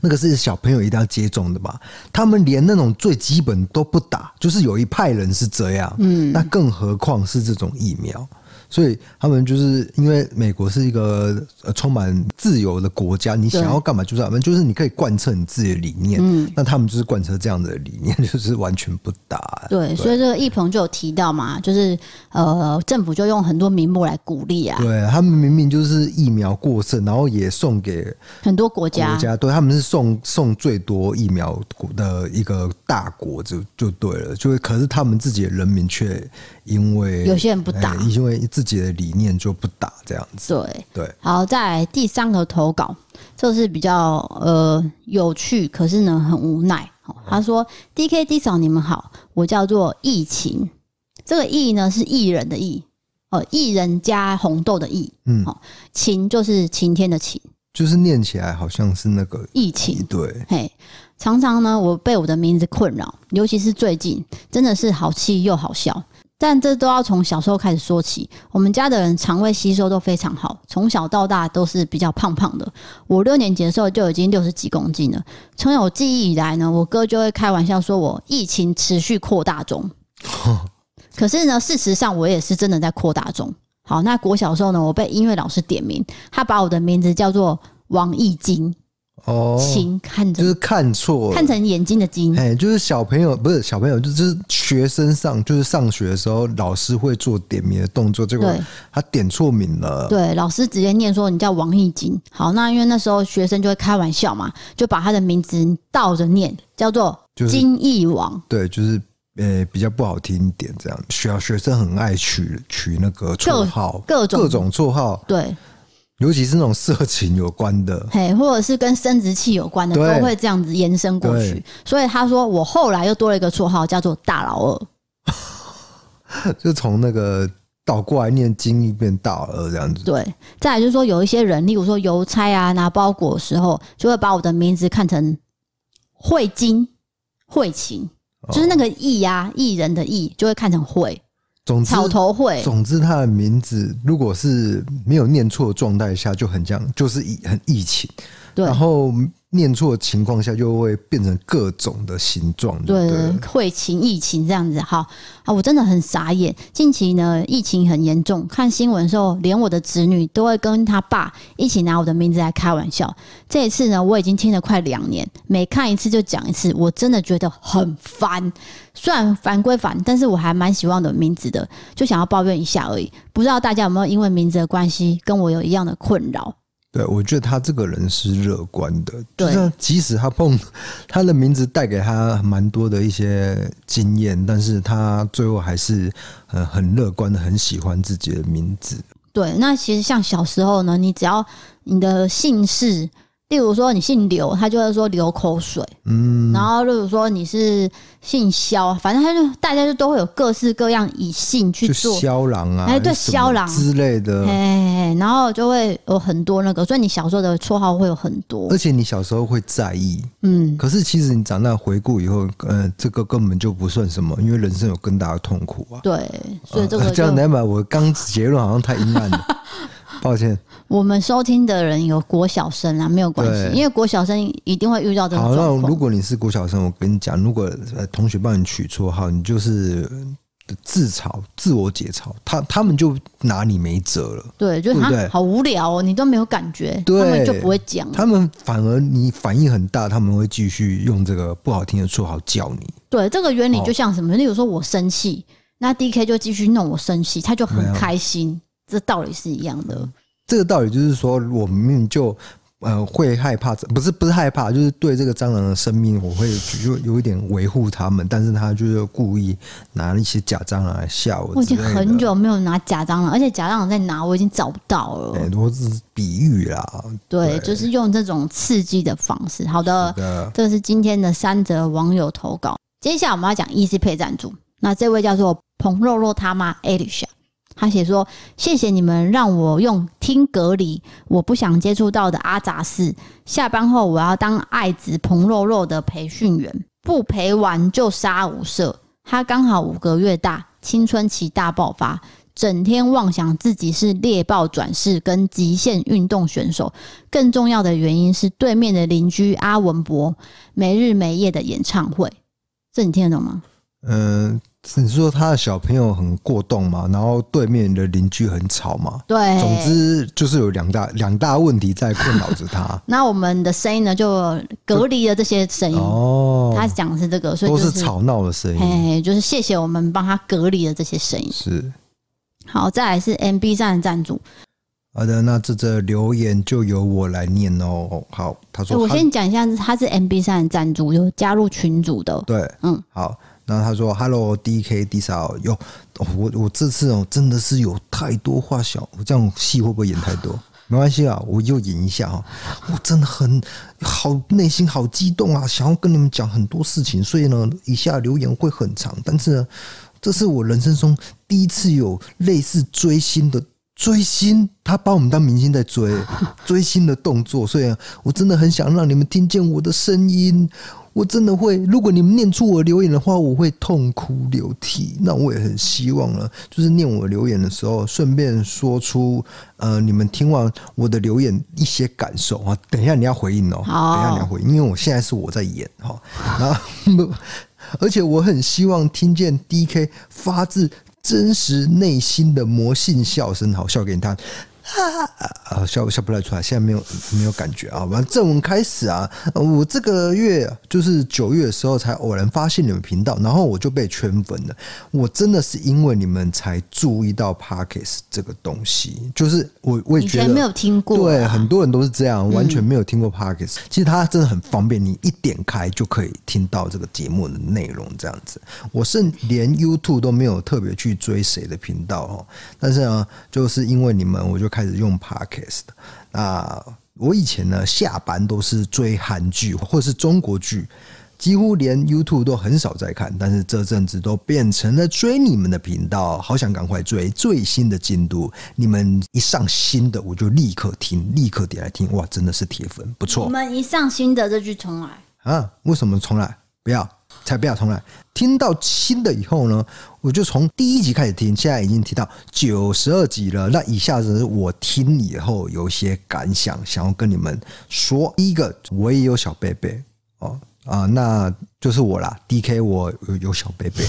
Speaker 2: 那个是小朋友一定要接种的嘛。他们连那种最基本都不打，就是有一派人是这样，嗯，那更何况是这种疫苗。所以他们就是因为美国是一个呃充满自由的国家，你想要干嘛就是干嘛，就是你可以贯彻你自己的理念。嗯，那他们就是贯彻这样的理念， *laughs* 就是完全不打。
Speaker 1: 对，所以这个易鹏就有提到嘛，就是呃，政府就用很多名目来鼓励啊，
Speaker 2: 对他们明明就是疫苗过剩，然后也送给
Speaker 1: 很多国家
Speaker 2: 国家对他们是送送最多疫苗的一个大国就就对了，就是可是他们自己的人民却因为
Speaker 1: 有些人不打
Speaker 2: 哎因为自己的理念就不打这样子。
Speaker 1: 对。
Speaker 2: 对，
Speaker 1: 好，再来第三个投稿，这是比较呃有趣，可是呢很无奈。哦他说：“D K D 嫂，你们好，我叫做疫情，这个疫呢是艺人的艺，哦，艺人加红豆的艺，
Speaker 2: 嗯
Speaker 1: 好，晴就是晴天的晴，
Speaker 2: 就是念起来好像是那个
Speaker 1: 疫情。
Speaker 2: 对，
Speaker 1: 嘿，常常呢，我被我的名字困扰，尤其是最近，真的是好气又好笑。但这都要从小时候开始说起。我们家的人肠胃吸收都非常好，从小到大都是比较胖胖的。我六年级的时候就已经六十几公斤了。从有记忆以来呢，我哥就会开玩笑说我疫情持续扩大中。可是呢，事实上我也是真的在扩大中。好，那国小的时候呢，我被音乐老师点名，他把我的名字叫做王艺金，
Speaker 2: 哦，
Speaker 1: 情看着
Speaker 2: 就是看错了，
Speaker 1: 看成眼睛的睛，
Speaker 2: 哎，就是小朋友不是小朋友，就就是学生上就是上学的时候，老师会做点名的动作，结果
Speaker 1: 对
Speaker 2: 他点错名了。
Speaker 1: 对，老师直接念说你叫王艺金。好，那因为那时候学生就会开玩笑嘛，就把他的名字倒着念，叫做
Speaker 2: 就是
Speaker 1: 金逸王。
Speaker 2: 对，就是呃比较不好听一点，这样小学生很爱取取那个绰号，
Speaker 1: 各各种
Speaker 2: 绰号，
Speaker 1: 对，
Speaker 2: 尤其是那种色情有关的。 *laughs*
Speaker 1: 嘿，或者是跟生殖器有关的，
Speaker 2: 对
Speaker 1: 都会这样子延伸过去
Speaker 2: 对。
Speaker 1: 所以他说，我后来又多了一个绰号，叫做大老二。
Speaker 2: 就从那个倒过来念经一变大了这样子。
Speaker 1: 对，再来就是说，有一些人，例如说邮差啊，拿包裹的时候，就会把我的名字看成慧金、慧琴，就是那
Speaker 2: 哦、
Speaker 1: 个艺呀、艺人的艺，就会看成慧，
Speaker 2: 总之
Speaker 1: 草头慧。
Speaker 2: 总之他的名字如果是没有念错的状态下，就很像就是疫很疫情，
Speaker 1: 对，
Speaker 2: 然后念错的情况下就会变成各种的形状。
Speaker 1: 对
Speaker 2: 不
Speaker 1: 对，会情疫情这样子，好啊，我真的很傻眼。近期呢，疫情很严重，看新闻的时候，连我的侄女都会跟她爸一起拿我的名字来开玩笑。这一次呢，我已经听了快两年，每看一次就讲一次，我真的觉得很烦。虽然烦归烦，但是我还蛮喜欢我的名字的，就想要抱怨一下而已。不知道大家有没有因为名字的关系跟我有一样的困扰？
Speaker 2: 对，我觉得他这个人是乐观的，就
Speaker 1: 对
Speaker 2: 是即使他碰他的名字带给他蛮多的一些经验，但是他最后还是呃很乐观的，很喜欢自己的名字。
Speaker 1: 对，那其实像小时候呢，你只要你的姓氏，例如说你姓刘，他就会说流口水；
Speaker 2: 嗯，
Speaker 1: 然后例如说你是姓肖，反正他就大家就都会有各式各样以姓去
Speaker 2: 就
Speaker 1: 做。
Speaker 2: 肖郎啊，
Speaker 1: 哎对
Speaker 2: 什么
Speaker 1: 肖郎
Speaker 2: 之类
Speaker 1: 哎、
Speaker 2: 的。
Speaker 1: 然后就会有很多那个，所以你小时候的绰号会有很多
Speaker 2: 而。且你小时候会在意，
Speaker 1: 嗯，
Speaker 2: 可是其实你长大回顾以后，呃，这个根本就不算什么，因为人生有更大的痛苦啊。
Speaker 1: 对，所以这个
Speaker 2: 呃、这
Speaker 1: 就、
Speaker 2: 样来吧，我刚结论好像太
Speaker 1: *laughs*
Speaker 2: 阴暗了，抱歉。
Speaker 1: 我们收听的人有国小生啊，没有关系
Speaker 2: 对，
Speaker 1: 因为国小生一定会遇到这种
Speaker 2: 好，那
Speaker 1: 状
Speaker 2: 如
Speaker 1: 况。
Speaker 2: 果你是国小生，我跟你讲，如果呃同学帮你取绰号，你就是呃自嘲、自我解嘲，他他们就拿你没辙了。
Speaker 1: 对，就
Speaker 2: 对
Speaker 1: 是
Speaker 2: 不
Speaker 1: 他
Speaker 2: 对
Speaker 1: 好无聊哦，你都没有感觉，他
Speaker 2: 对
Speaker 1: 们就不会讲了。
Speaker 2: 他们反而你反应很大，他们会继续用这个不好听的绰号叫你。
Speaker 1: 对，这个原理
Speaker 2: 哦
Speaker 1: 就像什么？例如说我生气，那 D K 就继续弄我生气，他就
Speaker 2: 没
Speaker 1: 很
Speaker 2: 有嗯
Speaker 1: 开心，这道理是一样的。
Speaker 2: 这个道理就是说，我明明就呃会害怕，不是不是害怕，就是对这个蟑螂的生命，我会就有一点维护他们，但是他就是故意拿一些假蟑螂来吓我
Speaker 1: 我已
Speaker 2: 之
Speaker 1: 经
Speaker 2: 类的。
Speaker 1: 很久没有拿假蟑螂，而且假蟑螂在哪我已经找不到
Speaker 2: 哎、
Speaker 1: 了。
Speaker 2: 我只是比喻啦，
Speaker 1: 对，
Speaker 2: 对
Speaker 1: 就是用这种刺激的方式。好的，
Speaker 2: 呃，
Speaker 1: 这是今天的三则网友投稿。接下来我们要讲 Easy Pay 赞助，那这位叫做彭肉肉他妈 Alicia，他写说：“谢谢你们让我用听隔离，我不想接触到的阿杂事。下班后我要当爱子彭肉肉的培训员，不陪玩就杀无赦。他刚好五个月大，青春期大爆发。”整天妄想自己是猎豹转世跟极限运动选手，更重要的原因是对面的邻居阿文博没日没夜的演唱会，这你听得懂吗？
Speaker 2: 嗯、你是说他的小朋友很过动嘛，然后对面的邻居很吵嘛，
Speaker 1: 对，。
Speaker 2: 总之就是有两大两大问题在困扰着他
Speaker 1: *laughs* 那我们的声音呢就隔离了这些声音，
Speaker 2: 哦，
Speaker 1: 哎他讲的是这个，所以
Speaker 2: 都
Speaker 1: 就是
Speaker 2: 吵闹的声音，
Speaker 1: 嘿，就是谢谢我们帮他隔离了这些声音。
Speaker 2: 是。
Speaker 1: 好，再来是 MB 站的赞助，
Speaker 2: 好的，那这则留言就由我来念哦。好，他
Speaker 1: 哎
Speaker 2: 说
Speaker 1: 我
Speaker 2: 他
Speaker 1: 先讲一下，他是 MB 站的赞助，有加入群组的，
Speaker 2: 对，
Speaker 1: 嗯，
Speaker 2: 好。那他说：“Hello D K D 嫂，哟，哦我我这次哦真的是有太多话想，我这样戏会不会演太多？没关系啊，我又演一下哈、哦。我真的很好，内心好激动啊，想要跟你们讲很多事情，所以呢，以下留言会很长，但是呢，这是我人生中第一次有类似追星的追星，他把我们当明星在追追星的动作，所以啊我真的很想让你们听见我的声音。我真的会，如果你们念出我的留言的话，我会痛哭流涕。那我也很希望呢，就是念我的留言的时候，顺便说出呃，你们听完我的留言一些感受啊。等一下你要回应哦，
Speaker 1: 好
Speaker 2: 等一下你要回应，因为我现在是我在演哈、然后 *laughs* 而且我很希望听见 D K 发自真实内心的魔性笑声，好笑给你看。啊，笑笑不太出来，现在没有没有感觉啊。完正文开始啊，呃我这个月就是九月的时候才偶然发现你们频道，然后我就被圈粉了。我真的是因为你们才注意到 Parkes 这个东西，就是我我也
Speaker 1: 以
Speaker 2: 觉
Speaker 1: 前
Speaker 2: 得
Speaker 1: 没有听过，啊嗯
Speaker 2: 对，很多人都是这样，完全没有听过 Podcast、其实它真的很方便，你一点开就可以听到这个节目的内容，这样子。我是连 YouTube 都没有特别去追谁的频道哦，但是呢，就是因为你们，我就开始用 Podcast。那我以前呢，下班都是追韩剧或是中国剧。几乎连 YouTube 都很少在看，但是这阵子都变成了追你们的频道，好想赶快追最新的进度。你们一上新的，我就立刻听，立刻点来听，哇，真的是铁粉，不
Speaker 1: 我
Speaker 2: 错
Speaker 1: 们一上新的这句重来，
Speaker 2: 啊！为什么重来？不要，才不要重来！听到新的以后呢，我就从第一集开始听，现在已经听到九十二集了。那以下子我听以后有一些感想，想要跟你们说。第一个，我也有小贝贝哦啊、那就是我啦。D K 我有有小贝贝，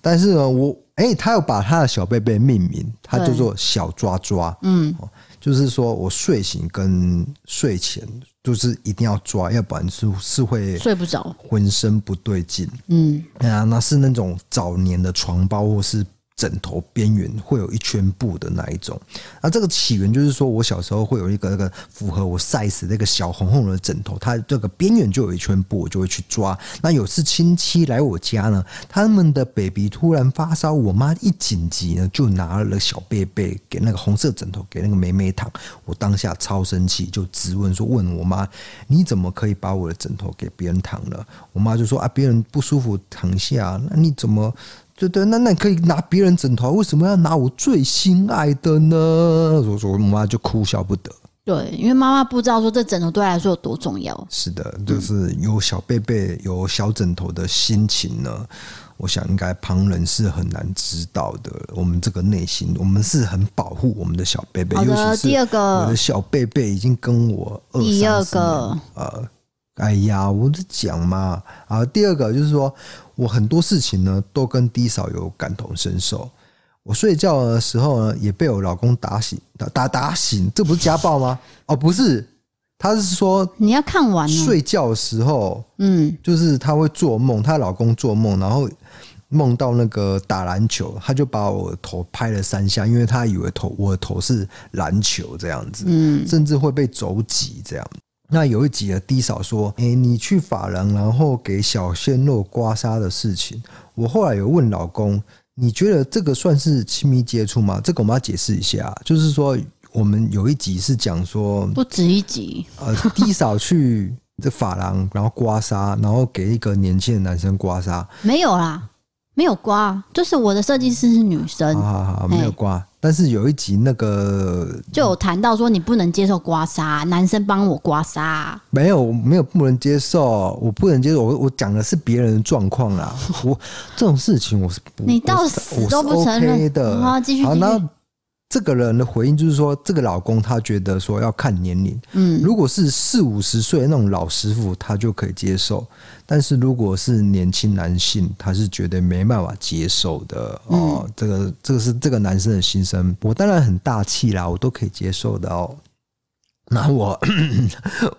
Speaker 2: 但是呢，我哎、他有把他的小贝贝命名，他叫做小抓抓。
Speaker 1: 嗯，
Speaker 2: 哦就是说我睡醒跟睡前就是一定要抓，要不然是是会
Speaker 1: 睡不着，
Speaker 2: 浑身不对劲。
Speaker 1: 嗯，
Speaker 2: 啊，那是那种早年的床包或是枕头边缘会有一圈布的那一种。那这个起源就是说我小时候会有一个那个符合我 size 那个小红红的枕头，它这个边缘就有一圈布，我就会去抓。那有次亲戚来我家呢，他们的 baby 突然发烧，我妈一紧急呢就拿了小贝贝给那个红色枕头给那个梅梅躺，我当下超生气，就质问说问我妈你怎么可以把我的枕头给别人躺了？我妈就说啊别人不舒服躺一下，那你怎么？对对，那那你可以拿别人枕头，为什么要拿我最心爱的呢？我说我妈就哭笑不得。
Speaker 1: 对，因为妈妈不知道说这枕头对她来说有多重要。
Speaker 2: 是的，就是有小贝贝、有小枕头的心情呢，我想应该旁人是很难知道的。我们这个内心，我们是很保护我们的小贝贝，
Speaker 1: 好
Speaker 2: 尤
Speaker 1: 的
Speaker 2: 其是
Speaker 1: 第二个
Speaker 2: 我的小贝贝已经跟我二
Speaker 1: 嗯第二
Speaker 2: 30年
Speaker 1: 个
Speaker 2: 呃，哎呀，我就讲嘛啊。第二个就是说我很多事情呢都跟低嫂有感同身受。我睡觉的时候呢，也被我老公打醒，打打打醒，这不是家暴
Speaker 1: *laughs*
Speaker 2: 吗？哦，不是，他是说
Speaker 1: 你要看完哦，
Speaker 2: 睡觉的时候，
Speaker 1: 嗯，
Speaker 2: 就是她会做梦，她老公做梦，然后梦到那个打篮球，她就把我头拍了三下，因为她以为头我的头是篮球这样子，
Speaker 1: 嗯
Speaker 2: 甚至会被肘击这样。那有一集的低嫂说：“诶、你去发廊，然后给小鲜肉刮痧的事情。”我后来有问老公：“你觉得这个算是亲密接触吗？”这个我们要解释一下，就是说我们有一集是讲说，
Speaker 1: 不止一集，
Speaker 2: 呃， *laughs* 低嫂去这发廊，然后刮痧，然后给一个年轻的男生刮痧，啊
Speaker 1: 没有啦，没有刮，就是我的设计师是女生，
Speaker 2: 好好没有刮。但是有一集那个
Speaker 1: 就有谈到说你不能接受刮痧，男生帮我刮痧，
Speaker 2: 没有没有不能接受，我不能接受，我我讲的是别人的状况
Speaker 1: *laughs*
Speaker 2: 啦。我这种事情我是不，
Speaker 1: 你到
Speaker 2: 我是
Speaker 1: 死都不承
Speaker 2: 我是
Speaker 1: 认
Speaker 2: OK、的。
Speaker 1: 好继续
Speaker 2: 好，
Speaker 1: 继续
Speaker 2: 那这个人的回应就是说，这个老公他觉得说要看年龄，
Speaker 1: 嗯，
Speaker 2: 如果是四五十岁那种老师傅，他就可以接受；但是如果是年轻男性，他是绝对没办法接受的哦。这个这个是这个男生的心声，我当然很大气啦，我都可以接受的哦。那我 *coughs*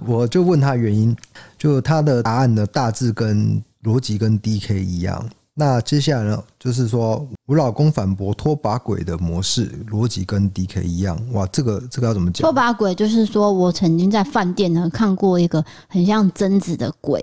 Speaker 2: 我就问他原因，就他的答案呢，大致跟逻辑跟 D K 一样。那接下来呢，就是说我老公反驳拖把鬼的模式，逻辑跟 D K 一样。哇，这个这个要怎么讲
Speaker 1: 拖？把鬼就是说我曾经在饭店呢看过一个很像贞子的鬼，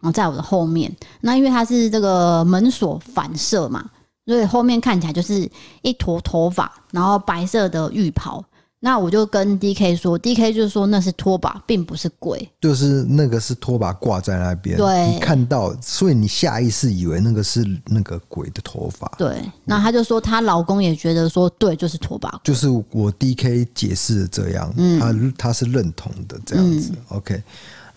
Speaker 1: 然后在我的后面。那因为它是这个门锁反射嘛，所以后面看起来就是一坨头发，然后白色的浴袍。那我就跟 D K 说，D K 就说那是拖把，并不是鬼。
Speaker 2: 就是那个是拖把挂在那边，
Speaker 1: 对
Speaker 2: 你看到，所以你下意识以为那个是那个鬼的头发，
Speaker 1: 对，那她就说她老公也觉得说对，就是拖把鬼。
Speaker 2: 就是我 D K 解释的这样，
Speaker 1: 嗯
Speaker 2: 他他是认同的这样子、o k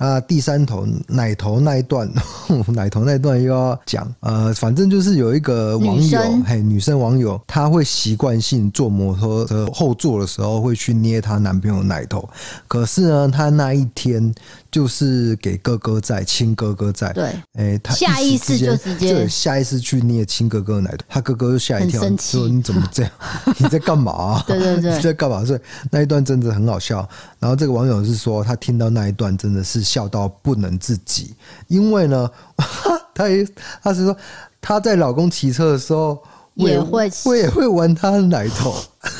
Speaker 2: 那第三头奶头那一段， *laughs* 奶头那一段又要讲，呃，反正就是有一个网
Speaker 1: 女
Speaker 2: 友，
Speaker 1: 生
Speaker 2: 嘿，女生网友，她会习惯性坐摩托车后座的时候会去捏她男朋友的奶头，可是呢，她那一天就是给哥哥在亲哥哥在，
Speaker 1: 对，
Speaker 2: 哎、他
Speaker 1: 下意识
Speaker 2: 之
Speaker 1: 就
Speaker 2: 间
Speaker 1: 直接
Speaker 2: 对下意识去捏亲哥哥的奶头，他哥哥就吓一跳，
Speaker 1: 很生气
Speaker 2: 说你怎么这样？ *laughs* 你在干嘛、啊
Speaker 1: 对对对
Speaker 2: *laughs* 你在干嘛？所以那一段真的很好笑。然后这个网友是说，他听到那一段真的是笑到不能自己，因为呢， *laughs* 他也他是说他在老公骑车的时候。我
Speaker 1: 也会
Speaker 2: 我也会玩他的奶头， *laughs*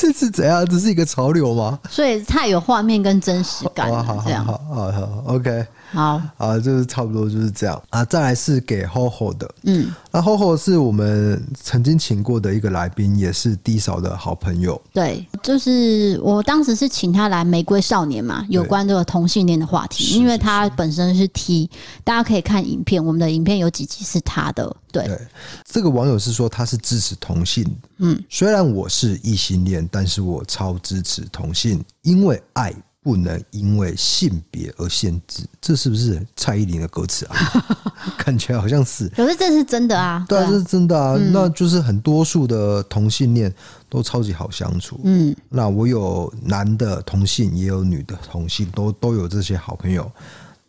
Speaker 2: 这是怎样？这是一个潮流吗？
Speaker 1: 所以太有画面跟真实感
Speaker 2: 哇，
Speaker 1: 了
Speaker 2: 好，
Speaker 1: 这
Speaker 2: 啊好
Speaker 1: 样
Speaker 2: 好好好，OK。
Speaker 1: 好，
Speaker 2: 啊，就是差不多就是这样啊。再来是给 HoHo 的，
Speaker 1: 嗯，
Speaker 2: 那 HoHo 是我们曾经请过的一个来宾，也是低嫂的好朋友。
Speaker 1: 对，就是我当时是请他来《玫瑰少年》嘛，有关这个同性恋的话
Speaker 2: 是
Speaker 1: 题，因为他本身是 T，大家可以看影片，我们的影片有几集是他的，对，
Speaker 2: 对，这个网友是说他是支持同性，
Speaker 1: 嗯，
Speaker 2: 虽然我是异性恋，但是我超支持同性，因为爱不能因为性别而限制。这是不是蔡依林的歌词啊？ *laughs* 感觉好像是。
Speaker 1: 可是这是真的啊，
Speaker 2: 对啊，
Speaker 1: 啊
Speaker 2: 这是真的啊，那就是很多数的同性恋都超级好相处，
Speaker 1: 嗯，
Speaker 2: 那我有男的同性，也有女的同性，都都有这些好朋友。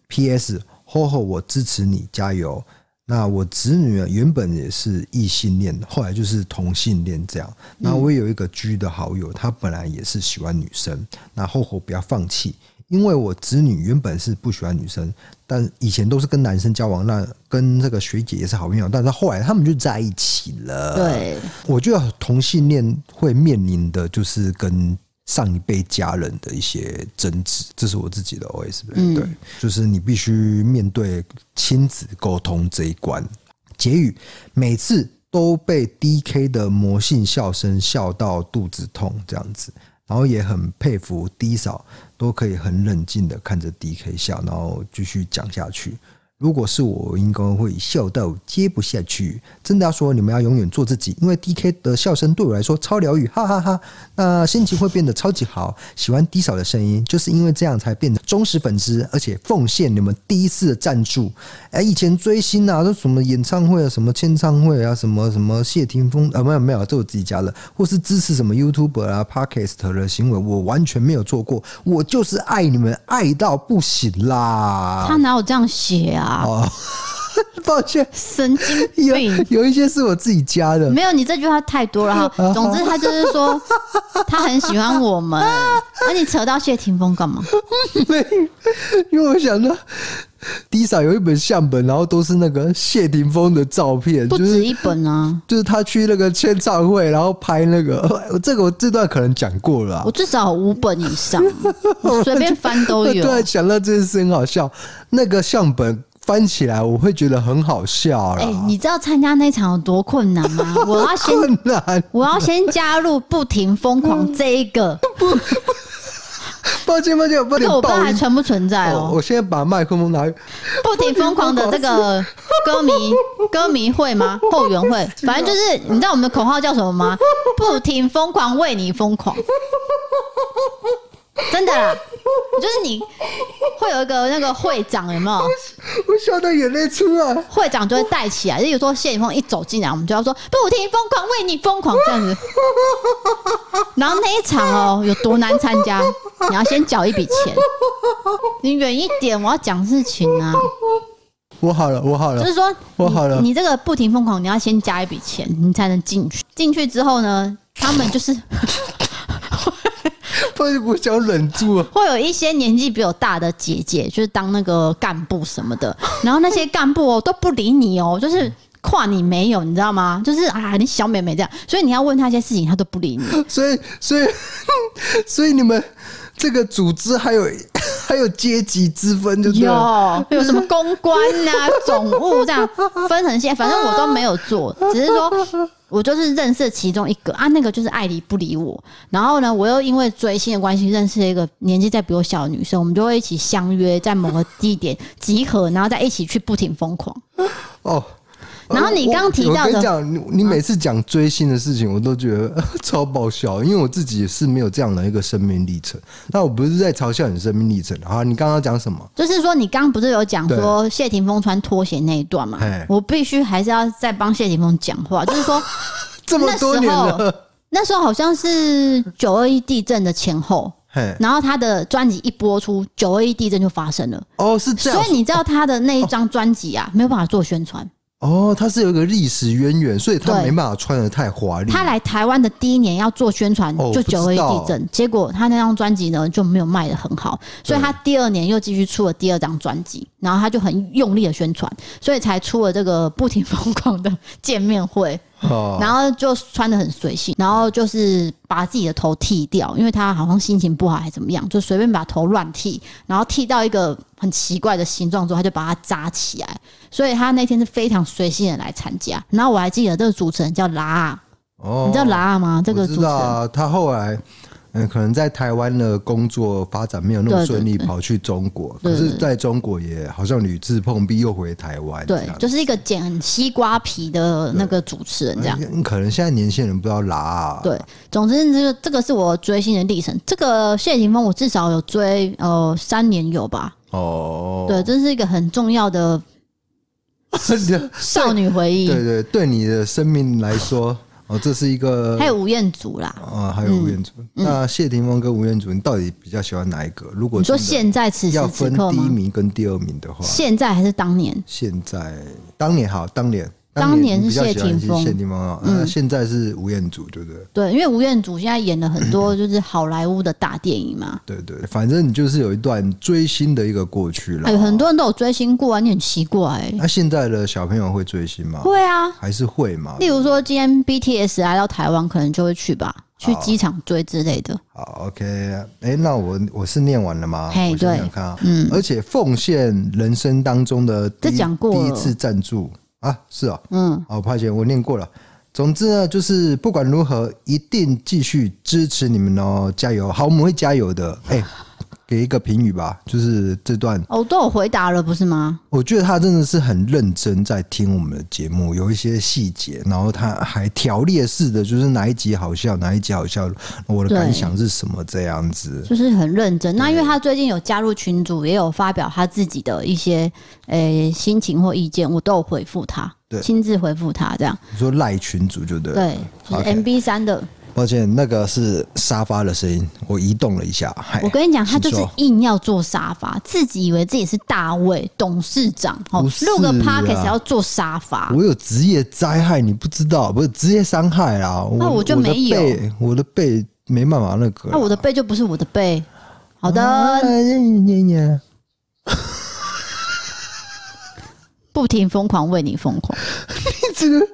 Speaker 2: P.S. HoHo，我支持你，加油！那我侄女啊原本也是异性恋，后来就是同性恋这样。那我也有一个 G 的好友，他本来也是喜欢女生，那 HoHo 不要放弃，因为我侄女原本是不喜欢女生，但以前都是跟男生交往，那跟这个学姐也是好朋友，但是后来他们就在一起了。，
Speaker 1: 对，
Speaker 2: 我觉得同性恋会面临的就是跟上一辈家人的一些争执，这是我自己的 OS 对、
Speaker 1: 嗯
Speaker 2: 对，就是你必须面对亲子沟通这一关。结语每次都被 DK 的魔性笑声笑到肚子痛这样子，然后也很佩服 D 嫂都可以很冷静的看着 DK 笑，然后继续讲下去。如果是我，我应该会笑到接不下去。真的要说，你们要永远做自己，因为 D K 的笑声对我来说超疗愈，哈哈哈那心情会变得超级好。喜欢低嫂的声音，就是因为这样才变得忠实粉丝，而且奉献你们第一次的赞助。哎、以前追星啊，都什么演唱会啊，什么签唱会啊，什么什么谢霆锋啊，没有没有，这我自己加的，或是支持什么 YouTuber 啊、Podcast 的行为，我完全没有做过。我就是爱你们，爱到不行啦！
Speaker 1: 他哪有这样写啊？
Speaker 2: 哦，抱歉，
Speaker 1: 神经
Speaker 2: *laughs* 有
Speaker 1: 病！
Speaker 2: 有一些是我自己加的，
Speaker 1: 没有，你这句话太多了哈。总之，他就是说 *laughs* 他很喜欢我们。那、你扯到谢霆锋干嘛？
Speaker 2: 因为我想到 D 嫂有一本相本，然后都是那个谢霆锋的照片，
Speaker 1: 不
Speaker 2: 就是
Speaker 1: 止一本啊！
Speaker 2: 就是他去那个签唱会，然后拍那个， *laughs* 这个我这段可能讲过了啊
Speaker 1: 我。至少有五本以上，我随便翻都
Speaker 2: *laughs*
Speaker 1: 有
Speaker 2: 突。然想到这件事很好笑，那个相本翻起来我会觉得很好笑啦，
Speaker 1: 哎、你知道参加那场有多困难吗？我要先
Speaker 2: 困难。
Speaker 1: 我要先加入不停疯狂这一个，
Speaker 2: 抱歉抱歉，我帮
Speaker 1: 这
Speaker 2: 你
Speaker 1: 个我不知道
Speaker 2: 报
Speaker 1: 还
Speaker 2: 音。
Speaker 1: 存不存在哦
Speaker 2: 哦。我现在把麦克风拿，
Speaker 1: 不停疯狂的这个歌迷歌迷会吗？后援会，反正就是你知道我们的口号叫什么吗？不停疯狂为你疯狂，真的啦，就是你会有一个那个会长有没有？
Speaker 2: 我笑到眼泪出来。
Speaker 1: 会长就会带起来，就有时候谢霆锋一走进来，我们就要说不停疯狂为你疯狂这样子。然后那一场哦有多难参加，你要先缴一笔钱，你远一点，我要讲事情啊。
Speaker 2: 我好了，我好了 *laughs*
Speaker 1: 就。是说你，
Speaker 2: 我好了
Speaker 1: 你这个不停疯狂，你要先加一笔钱，你才能进去。进去之后呢，他们就是 *laughs*
Speaker 2: 不然我想忍住啊。
Speaker 1: 会有一些年纪比我大的姐姐，就是当那个干部什么
Speaker 2: *laughs*
Speaker 1: 的，然后那些干部哦都不理你哦，就是。跨你没有，你知道吗？就是啊，你小妹妹这样，所以你要问她一些事情，她都不理你。
Speaker 2: 所以，所以， *laughs* 所以你们这个组织还有还有阶级之分，就对哦
Speaker 1: 有
Speaker 2: 了。
Speaker 1: 有什么公关呐、总务这样分成线，反正我都没有做，只是说我就是认识其中一个啊，那个就是爱理不理我。然后呢，我又因为追星的关系认识了一个年纪再比我小的女生，我们就会一起相约在某个地点集合，然后再一起去不停疯狂。
Speaker 2: 哦。
Speaker 1: 然后你
Speaker 2: 我
Speaker 1: 刚刚提到的
Speaker 2: 我跟你讲，你你每次讲追星的事情，我都觉得呃超爆笑，因为我自己也是没有这样的一个生命历程。那我不是在嘲笑你生命历程啊？你刚刚讲什么？
Speaker 1: 就是说，你刚刚不是有讲说谢霆锋穿拖鞋那一段嘛
Speaker 2: 嘿？
Speaker 1: 我必须还是要再帮谢霆锋讲话，就是说。
Speaker 2: 这么多年
Speaker 1: 那
Speaker 2: 了，
Speaker 1: 那时候好像是九二一地震的前后，
Speaker 2: 嘿，
Speaker 1: 然后他的专辑一播出，九二一地震就发生了。
Speaker 2: 哦，是这样
Speaker 1: 所以。你知道他的那一张专辑啊，没有办法做宣传。
Speaker 2: 哦，它是有一个历史渊源，所以它
Speaker 1: 对
Speaker 2: 没办法穿的太华丽。
Speaker 1: 他来台湾的第一年要做宣传，
Speaker 2: 哦
Speaker 1: 就九二一地
Speaker 2: 不知
Speaker 1: 震，结果他那张专辑呢就没有卖的很好，所以他第二年又继续出了第二张专辑，然后他就很用力的宣传，所以才出了这个不停疯狂的见面会。
Speaker 2: 哦，
Speaker 1: 然后就穿的很随性，然后就是把自己的头剃掉，因为他好像心情不好还怎么样，就随便把头乱剃，然后剃到一个很奇怪的形状之后，他就把它扎起来。所以他那天是非常随性的来参加。然后我还记得这个主持人叫拉，
Speaker 2: 哦
Speaker 1: 你知道拉吗？这个
Speaker 2: 我
Speaker 1: 主
Speaker 2: 知
Speaker 1: 持
Speaker 2: 道
Speaker 1: 人。
Speaker 2: 啊，他后来。嗯，可能在台湾的工作发展没有那么
Speaker 1: 对对
Speaker 2: 顺利，
Speaker 1: 对
Speaker 2: 跑去中国。
Speaker 1: 对
Speaker 2: 可
Speaker 1: 对
Speaker 2: 是在中国也好像屡次碰壁，又回台湾这
Speaker 1: 对
Speaker 2: 样。，
Speaker 1: 就是一个剪西瓜皮的那个主持人这样。
Speaker 2: 嗯可能现在年轻人不知道啦、啊。
Speaker 1: 对，总之这个这个是我追星的历程。这个谢霆锋我至少有追呃三年有吧？
Speaker 2: 哦，
Speaker 1: 对，这是一个很重要的
Speaker 2: 对
Speaker 1: 少女回忆，
Speaker 2: 对对，对你的生命来说，哦，这是一个
Speaker 1: 还有吴彦祖啦。
Speaker 2: 啊，还有吴彦祖。那谢霆锋跟吴彦祖，你到底比较喜欢哪一个？如果
Speaker 1: 你说
Speaker 2: 真的
Speaker 1: 现在此
Speaker 2: 要
Speaker 1: 时此
Speaker 2: 分
Speaker 1: 刻
Speaker 2: 第一
Speaker 1: 吗？
Speaker 2: 名跟第二名的话，
Speaker 1: 现在还是当年？
Speaker 2: 现在当年好，当年
Speaker 1: 当年是
Speaker 2: 你比较
Speaker 1: 谢
Speaker 2: 喜欢
Speaker 1: 霆锋
Speaker 2: 谢霆锋啊，
Speaker 1: 嗯
Speaker 2: 那现在是吴彦祖，对不对？
Speaker 1: 对，因为吴彦祖现在演了很
Speaker 2: *clears throat*
Speaker 1: 多就是好莱坞的大电影嘛，
Speaker 2: 对对，反正就是有一段追星的一个过去了。
Speaker 1: 哎，很多人都有追星过啊，你很奇怪、欸，
Speaker 2: 那现在的小朋友会追星吗？
Speaker 1: 会啊。
Speaker 2: 还是会嘛？
Speaker 1: 例如说，今天 BTS 来到台湾，可能就会去吧，去
Speaker 2: 啊
Speaker 1: 机场追之类的。
Speaker 2: 好，OK，哎、那我我是念完了吗？
Speaker 1: 嘿
Speaker 2: 我想想
Speaker 1: 对
Speaker 2: 看啊，
Speaker 1: 嗯
Speaker 2: 而且奉献人生当中的第
Speaker 1: 这
Speaker 2: 一
Speaker 1: 讲过
Speaker 2: 第一
Speaker 1: 了
Speaker 2: 次赞助啊，是哦，
Speaker 1: 嗯，
Speaker 2: 好，抱歉，我念过了。总之呢，就是不管如何，一定继续支持你们哦，加油！好，我们会加油的。哎、给一个评语吧，就是这段，
Speaker 1: 哦，都有回答了，不是吗？
Speaker 2: 我觉得他真的是很认真在听我们的节目，有一些细节，然后他还条列式的，就是哪一集好笑，哪一集好笑，我的感
Speaker 1: 对
Speaker 2: 想是什么这样子。
Speaker 1: 就是很认真。那因为他最近有加入群组，也有发表他自己的一些呃、心情或意见，我都有回复他
Speaker 2: 对，
Speaker 1: 亲自回复他这样。
Speaker 2: 你说赖群主就对了。
Speaker 1: 对，就是
Speaker 2: OK
Speaker 1: MB 三的。
Speaker 2: 抱歉，那个是沙发的声音，我移动了一下。嗨
Speaker 1: 我跟你讲，他就是
Speaker 2: 哎请说
Speaker 1: 硬要坐沙发，自己以为自己是大卫董事长，哦
Speaker 2: 不是，
Speaker 1: 录个 podcast
Speaker 2: 啊
Speaker 1: 要坐沙发。
Speaker 2: 我有职业灾害，你不知道，不是职业伤害啦。我
Speaker 1: 那我就没有
Speaker 2: 我的背，我的背没办法那个啦。
Speaker 1: 那、我的背就不是我的背。好的，
Speaker 2: 啊呀
Speaker 1: 不停疯狂为你疯狂，
Speaker 2: 这个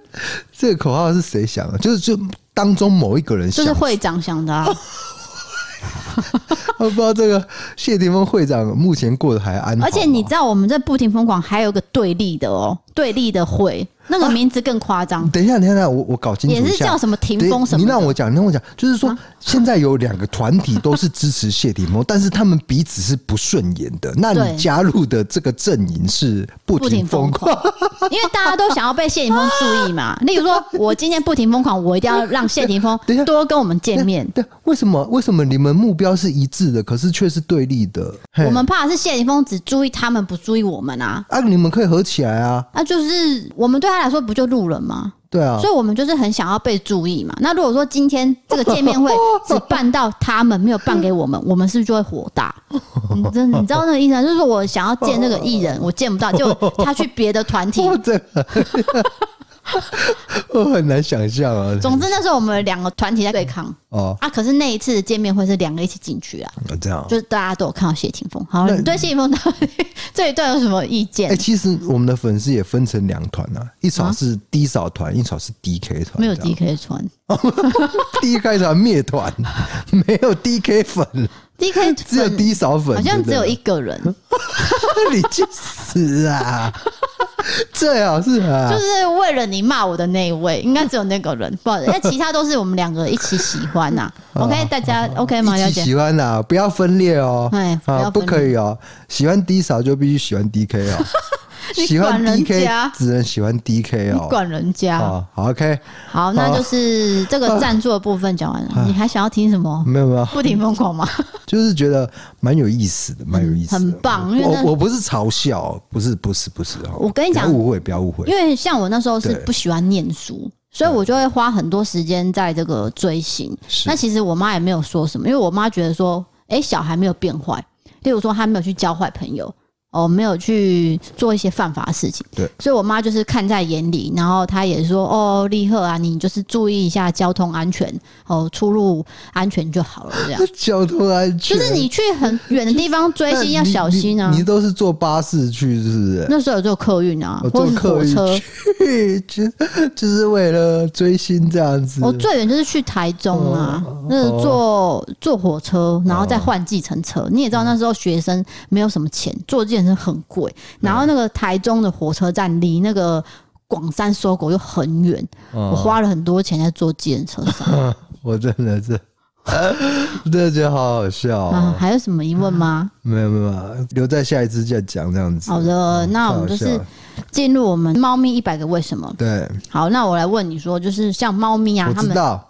Speaker 2: 这个口号是谁想的？就是就当中某一个人
Speaker 1: 就
Speaker 2: 想
Speaker 1: 是
Speaker 2: 的，
Speaker 1: 会长想的、
Speaker 2: *laughs*
Speaker 1: 啊。
Speaker 2: 我不知道这个谢霆锋会长目前过得还安好吗。
Speaker 1: 而且你知道，我们这不停疯狂还有个对立的哦，对立的会，那个名字更夸张，
Speaker 2: 等一下，等一下，我我啊搞清楚
Speaker 1: 也
Speaker 2: 一
Speaker 1: 是
Speaker 2: 下。
Speaker 1: 叫什么霆
Speaker 2: 对
Speaker 1: 锋什
Speaker 2: 你
Speaker 1: 么
Speaker 2: 让
Speaker 1: 的。
Speaker 2: 我讲，你让我讲，就是说，现在有两个团体都是支持谢霆锋，但是他们彼此是不顺眼的。那你
Speaker 1: 对
Speaker 2: 加入的这个阵营是不
Speaker 1: 不
Speaker 2: 停
Speaker 1: 停疯
Speaker 2: 疯狂
Speaker 1: 狂，因为大家都想要被谢霆锋注意
Speaker 2: *laughs*
Speaker 1: 嘛。例如说，我今天不停疯狂，我一定要让谢霆锋
Speaker 2: 等一下
Speaker 1: 多跟我们见面。
Speaker 2: 对，为什么？为什么你们目标是一致的，可是却是对立的？嘿
Speaker 1: 我们怕的是谢霆锋只注意他们，不注意我们啊。
Speaker 2: 啊，你们可以合起来啊，
Speaker 1: 那、就是我们对他来说不就路人吗？
Speaker 2: 对啊
Speaker 1: 所。以我们就是很想要被注意嘛。那如果说今天这个见面
Speaker 2: *laughs*
Speaker 1: 会只办到他们，没有办给我们，我们是不是就会火大？你真你知道那个意思吗？就是说我想要见那个艺人，我见不到，就他去别的团体。
Speaker 2: *laughs* 我这个我很难想象啊。
Speaker 1: 总之那时候我们两个团体在对抗
Speaker 2: 哦，
Speaker 1: 啊，可是那一次的见面会是两个一起进去啊，
Speaker 2: 这样。
Speaker 1: 就是大家都有看到谢霆锋。好，
Speaker 2: 那
Speaker 1: 你对谢霆锋到底 *laughs* 这一段有什么意见
Speaker 2: 哎、？其实我们的粉丝也分成两团啊，一少是低少团，一少是 DK 团。
Speaker 1: 没有
Speaker 2: 这样
Speaker 1: DK 穿
Speaker 2: DK 团灭
Speaker 1: *laughs*
Speaker 2: 团，没有 DK 粉，
Speaker 1: ，DK
Speaker 2: *laughs* 只有
Speaker 1: 粉
Speaker 2: D 少粉，
Speaker 1: 好像只有一
Speaker 2: 对
Speaker 1: 个人，
Speaker 2: 不 *laughs* 对，你去
Speaker 1: *laughs*
Speaker 2: 死啊！最好是啊，
Speaker 1: 就是为了你骂我的那一位，应该只有那个人， *laughs* 不好意思，那其他都是我们两个一起喜欢
Speaker 2: *laughs*
Speaker 1: 呐、OK，大家 OK 吗？了
Speaker 2: 哦一起
Speaker 1: 解。
Speaker 2: 喜欢啊，不要分裂哦
Speaker 1: 哎，不要
Speaker 2: 啊，不
Speaker 1: 分裂
Speaker 2: 可以哦，喜欢 D 少就必须喜欢 DK 哦，
Speaker 1: *laughs* 你
Speaker 2: 喜欢
Speaker 1: 管人
Speaker 2: DK
Speaker 1: 家
Speaker 2: 只能喜欢 DK
Speaker 1: 你
Speaker 2: 哦，
Speaker 1: 管人家、
Speaker 2: 啊，好 OK，
Speaker 1: 好，那就是这个赞助的部分讲完
Speaker 2: 啊
Speaker 1: 了。你还想要听什么？
Speaker 2: 没有没有，
Speaker 1: 不停疯狂吗？
Speaker 2: 就是觉得蛮有意思的，蛮有意思的，
Speaker 1: 很棒因为那
Speaker 2: 我我不是嘲笑，不是不是不是哦，
Speaker 1: 我跟你讲
Speaker 2: 不要误会不要误会
Speaker 1: 因，为像我那时候是
Speaker 2: 对
Speaker 1: 不喜欢念书，所以我就会花很多时间在这个追星。
Speaker 2: 是
Speaker 1: 那其实我妈也没有说什么，因为我妈觉得说，哎、小孩没有变坏，例如说他没有去交坏朋友，哦，没有去做一些犯法的事情。
Speaker 2: 对，
Speaker 1: 所以我妈就是看在眼里，然后她也说，哦，立赫啊，你就是注意一下交通安全，哦，出入安全就好了，这
Speaker 2: *laughs*
Speaker 1: 样。
Speaker 2: 交通安全
Speaker 1: 就是你去很远的地方追
Speaker 2: 那
Speaker 1: 星要
Speaker 2: 你
Speaker 1: 小
Speaker 2: 你
Speaker 1: 心啊
Speaker 2: 你！都是坐巴士去，是不是？
Speaker 1: 那时候有坐客运啊
Speaker 2: 我，
Speaker 1: 或
Speaker 2: 哦坐
Speaker 1: 者是
Speaker 2: 客
Speaker 1: 火
Speaker 2: 运
Speaker 1: 车。
Speaker 2: 去， *laughs* 就就是为了追星这样子。
Speaker 1: 我哦最远就是去台中啊
Speaker 2: 嗯哦，
Speaker 1: 那是坐坐火车，然后再换计程
Speaker 2: 哦
Speaker 1: 车。你也知道那时候学生没有什么钱，坐计程车很贵。然后那个台中的火车站离那个广山搜狗又很远，
Speaker 2: 嗯
Speaker 1: 我花了很多钱在坐计程车上。
Speaker 2: 我真的是， *laughs* 真的觉得好好笑
Speaker 1: 啊
Speaker 2: 哦、，嗯
Speaker 1: 还有什么疑问吗？
Speaker 2: 没有没有没有，留在下一次再讲这样子。
Speaker 1: 好的，那我们就
Speaker 2: 太嗯好笑
Speaker 1: 是
Speaker 2: 哦了
Speaker 1: 进入我们猫咪一百个为什么。
Speaker 2: 对，
Speaker 1: 好，那我来问你说，就是像猫咪啊，
Speaker 2: 我
Speaker 1: 它
Speaker 2: 知
Speaker 1: 们
Speaker 2: 道。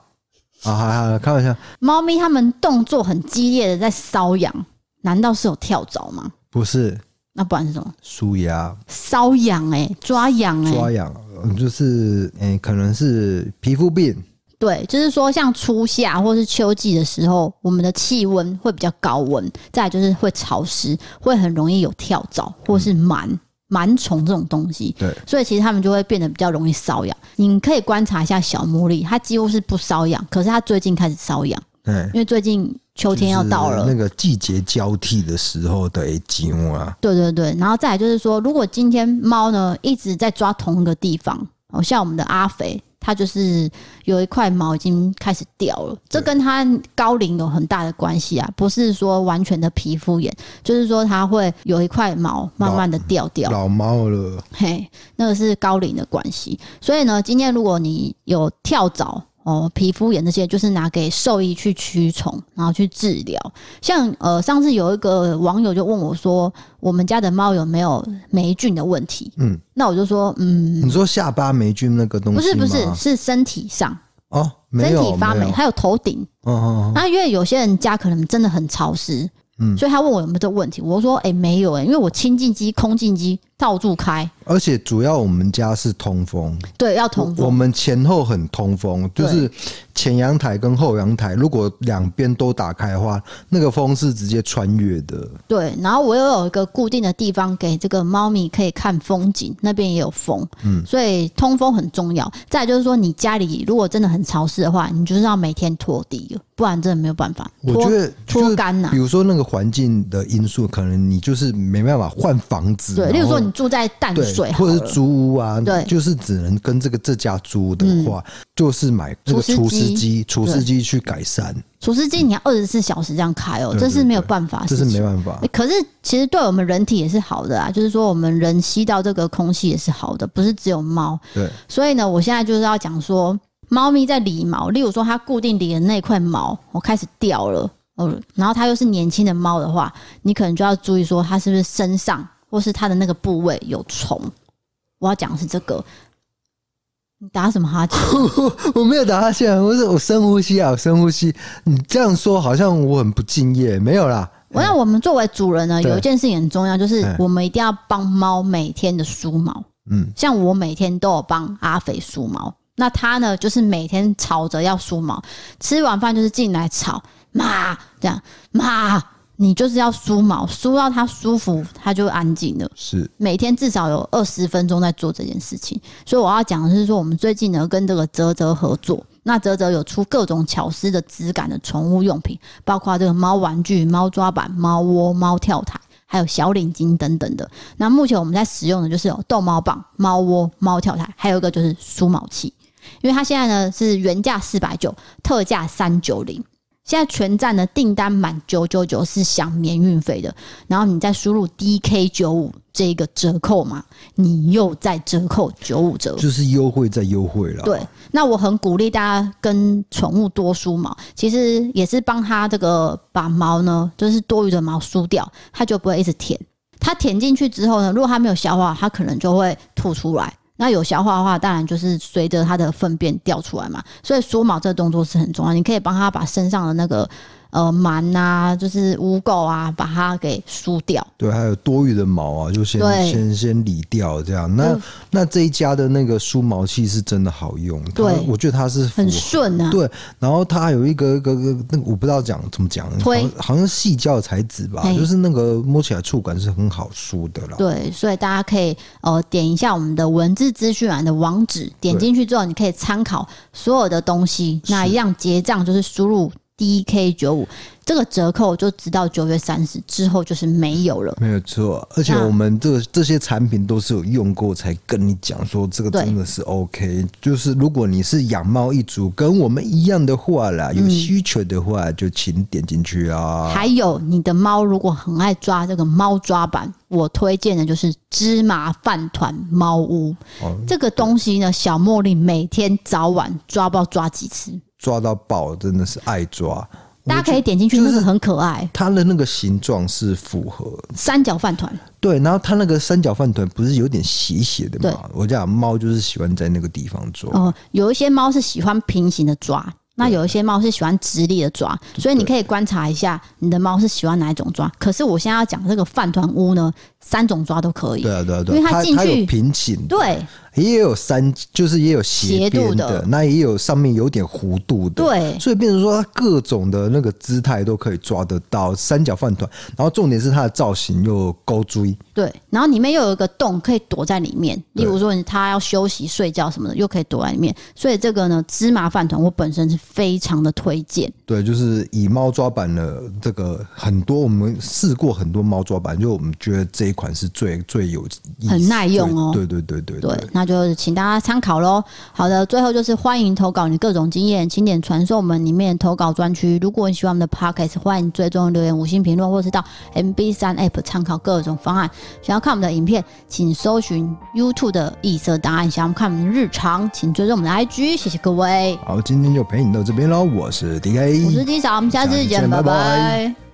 Speaker 2: 啊，好好好开玩笑，
Speaker 1: 猫咪它们动作很激烈的在搔痒，难道是有跳蚤吗？
Speaker 2: 不是
Speaker 1: 那不然是什么？
Speaker 2: 舒牙
Speaker 1: 瘙痒哎，抓痒哎、
Speaker 2: 抓痒，嗯就是嗯、可能是皮肤病，
Speaker 1: 对，就是说像初夏或是秋季的时候，我们的气温会比较高温，再来就是会潮湿，会很容易有跳蚤或是螨。螨虫这种东西，
Speaker 2: 嗯对，
Speaker 1: 所以其实它们就会变得比较容易瘙痒。你可以观察一下小牡蛎，它几乎是不瘙痒，可是它最近开始瘙痒，
Speaker 2: 哎，
Speaker 1: 因为最近秋天要到了，
Speaker 2: 就是那个季节交替的时候的 A 节目啊，
Speaker 1: 对对对，然后再来就是说，如果今天猫呢一直在抓同一个地方，哦，像我们的阿肥，它就是有一块毛已经开始掉了，这
Speaker 2: 对
Speaker 1: 跟它高龄有很大的关系啊，不是说完全的皮肤炎，就是说它会有一块毛慢慢的掉掉，
Speaker 2: 老猫了，
Speaker 1: 嘿，那个是高龄的关系。所以呢，今天如果你有跳蚤哦、皮肤炎这些，就是拿给兽医去驱虫，然后去治疗。像呃，上次有一个网友就问我说，我们家的猫有没有霉菌的问题？
Speaker 2: 嗯，
Speaker 1: 那我就说，嗯，
Speaker 2: 你说下巴霉菌那个东西
Speaker 1: 不是不
Speaker 2: 吗
Speaker 1: 是，是身体上，
Speaker 2: 哦，没
Speaker 1: 身
Speaker 2: 有
Speaker 1: 体发
Speaker 2: 没
Speaker 1: 霉，
Speaker 2: 有
Speaker 1: 还有头顶。
Speaker 2: 哦哦，哦
Speaker 1: 那因为有些人家可能真的很潮湿，
Speaker 2: 嗯
Speaker 1: 所以他问我有没有这个问题，我说，哎、没有哎、因为我清净机、空净机到处开，
Speaker 2: 而且主要我们家是通风，
Speaker 1: 对，要通
Speaker 2: 我
Speaker 1: 风，
Speaker 2: 们前后很通风，
Speaker 1: 对
Speaker 2: 就是前阳台跟后阳台，如果两边都打开的话，那个风是直接穿越的。
Speaker 1: 对，然后我又有一个固定的地方给这个猫咪可以看风景，那边也有风，嗯，所以通风很重要。再来就是说，你家里如果真的很潮湿的话，你就是要每天拖地了，不然真的没有办法。
Speaker 2: 我
Speaker 1: 拖
Speaker 2: 觉得
Speaker 1: 脱
Speaker 2: 就是
Speaker 1: 干呐
Speaker 2: 比如说那个环境的因素，可能你就是没办法换房子，
Speaker 1: 对，例如
Speaker 2: 然后
Speaker 1: 说你住在淡水
Speaker 2: 对，
Speaker 1: 好
Speaker 2: 或者
Speaker 1: 了，
Speaker 2: 是租屋啊，
Speaker 1: 对嗯
Speaker 2: 就是只能跟这个这家租的话，就是买这个
Speaker 1: 除
Speaker 2: 除
Speaker 1: 湿
Speaker 2: 湿
Speaker 1: 机
Speaker 2: 机，除湿机去改善，
Speaker 1: 除湿机你要二十四小时这样开哦、
Speaker 2: 对
Speaker 1: 这
Speaker 2: 对
Speaker 1: 是没有
Speaker 2: 对
Speaker 1: 办法的
Speaker 2: 这
Speaker 1: 事
Speaker 2: 是
Speaker 1: 情，
Speaker 2: 没办法
Speaker 1: 欸。可是其实对我们人体也是好的啊，就是说我们人吸到这个空气也是好的，不是只有猫。
Speaker 2: 对，
Speaker 1: 所以呢，我现在就是要讲说，猫咪在理毛，例如说它固定理的那块毛，我开始掉了，哦，然后它又是年轻的猫的话，你可能就要注意说它是不是身上或是它的那个部位有虫。我要讲的是这个，你打什么哈欠？
Speaker 2: 我没有打哈欠，我是我深呼吸啊，我深呼吸。你这样说好像我很不敬业，没有啦，
Speaker 1: 那我们作为主人呢，
Speaker 2: 嗯对
Speaker 1: 有一件事情很重要，就是
Speaker 2: 嗯
Speaker 1: 我们一定要帮猫每天的梳毛。
Speaker 2: 嗯，
Speaker 1: 像我每天都有帮阿肥梳毛，那他呢就是每天吵着要梳毛，吃完饭就是进来吵妈这样妈，你就是要梳毛，梳到他舒服，他就安静了。
Speaker 2: 是
Speaker 1: 每天至少有二十分钟在做这件事情，所以我要讲的是说，我们最近呢跟这个泽泽合作，那泽泽有出各种巧思的质感的宠物用品，包括这个猫玩具、猫抓板、猫窝、猫跳台，还有小领巾等等的。那目前我们在使用的就是有逗猫棒、猫窝、猫跳台，还有一个就是梳毛器，因为它现在呢是原价四百九，特价三九零。现在全站的订单满九九九是享免运费的，然后你再输入 DK 九五这一个折扣码，你又再折扣九五折。
Speaker 2: 就是优惠再优惠啦。
Speaker 1: 对，那我很鼓励大家跟宠物多梳毛，其实也是帮它这个把毛呢，就是多余的毛梳掉，它就不会一直舔。它舔进去之后呢，如果它没有消化，它可能就会吐出来。那有消化的话，当然就是随着它的粪便掉出来嘛。所以梳毛这个动作是很重要，你可以帮它把身上的那个呃螨啊，就是污垢啊，把它给梳掉。
Speaker 2: 对，还有多余的毛啊，就先
Speaker 1: 对
Speaker 2: 先先理掉这样。那、
Speaker 1: 嗯
Speaker 2: 那这一家的那个梳毛器是真的好用，它
Speaker 1: 对
Speaker 2: 我觉得它是符合
Speaker 1: 很顺啊
Speaker 2: 对，然后它有一个个个那个我不知道讲怎么讲，好
Speaker 1: 推
Speaker 2: 像好像细胶材质吧，
Speaker 1: 嘿
Speaker 2: 就是那个摸起来触感是很好梳的啦。
Speaker 1: 对，所以大家可以呃点一下我们的文字资讯栏的网址，点进去之后你可以参考所有的东西。那一样结账就是输入 DK 九五，这个折扣就直到九月三十之后就是没有了。
Speaker 2: 没有错，而且
Speaker 1: 那
Speaker 2: 我们这这些产品都是有用过才跟你讲说这个
Speaker 1: 对
Speaker 2: 真的是 OK。就是如果你是养猫一族，跟我们一样的话啦，
Speaker 1: 嗯
Speaker 2: 有需求的话就请点进去啊。
Speaker 1: 还有你的猫如果很爱抓这个猫抓板，我推荐的就是芝麻饭团猫屋
Speaker 2: 哦
Speaker 1: 这个东西呢，小茉莉每天早晚抓不知道抓几次，
Speaker 2: 抓到爆，真的是爱抓。
Speaker 1: 大家可以点进去，
Speaker 2: 就
Speaker 1: 那
Speaker 2: 是
Speaker 1: 个很可爱，
Speaker 2: 它的那个形状是符合
Speaker 1: 三角饭团。
Speaker 2: 对，然后它那个三角饭团不是有点斜斜的
Speaker 1: 对
Speaker 2: 嘛？我讲猫就是喜欢在那个地方抓，
Speaker 1: 哦，有一些猫是喜欢平行的抓，那有一些猫是喜欢直立的抓，所以你可以观察一下你的猫是喜欢哪一种抓。可是我现在要讲这个饭团屋呢，三种抓都可以
Speaker 2: 对。啊对啊对
Speaker 1: 因为
Speaker 2: 啊，
Speaker 1: 它
Speaker 2: 它
Speaker 1: 进
Speaker 2: 它有
Speaker 1: 去
Speaker 2: 瓶颈，
Speaker 1: 对，
Speaker 2: 也有三，就是也有斜
Speaker 1: 斜度
Speaker 2: 边
Speaker 1: 的
Speaker 2: 的，那也有上面有点弧度的，
Speaker 1: 对
Speaker 2: 所以变成说它各种的那个姿态都可以抓得到，三角饭团，然后重点是它的造型又高锥，
Speaker 1: 对，然后里面又有一个洞可以躲在里面，例
Speaker 2: 对
Speaker 1: 如说你他要休息睡觉什么的，又可以躲在里面。所以这个呢，芝麻饭团我本身是非常的推荐。
Speaker 2: 对，就是以猫抓板的这个很多，我们试过很多猫抓板，就我们觉得这一款是最最有意思
Speaker 1: 很耐用哦
Speaker 2: 对对对对
Speaker 1: 对，那就是请大家参考喽。好的，最后就是欢迎投稿你各种经验，请点传送门里面投稿专区。如果你喜欢我们的 podcast，欢迎追踪留言、五星评论，或是到 MB 三 app 参考各种方案。想要看我们的影片，请搜寻 YouTube 的异色档案；想要看我们的日常，请追踪我们的 IG。谢谢各位，
Speaker 2: 好，今天就陪你到这边喽，我是 D K，
Speaker 1: 我是 D 嫂，我们下次
Speaker 2: 下次
Speaker 1: 见，
Speaker 2: 见拜
Speaker 1: 拜
Speaker 2: 拜
Speaker 1: 拜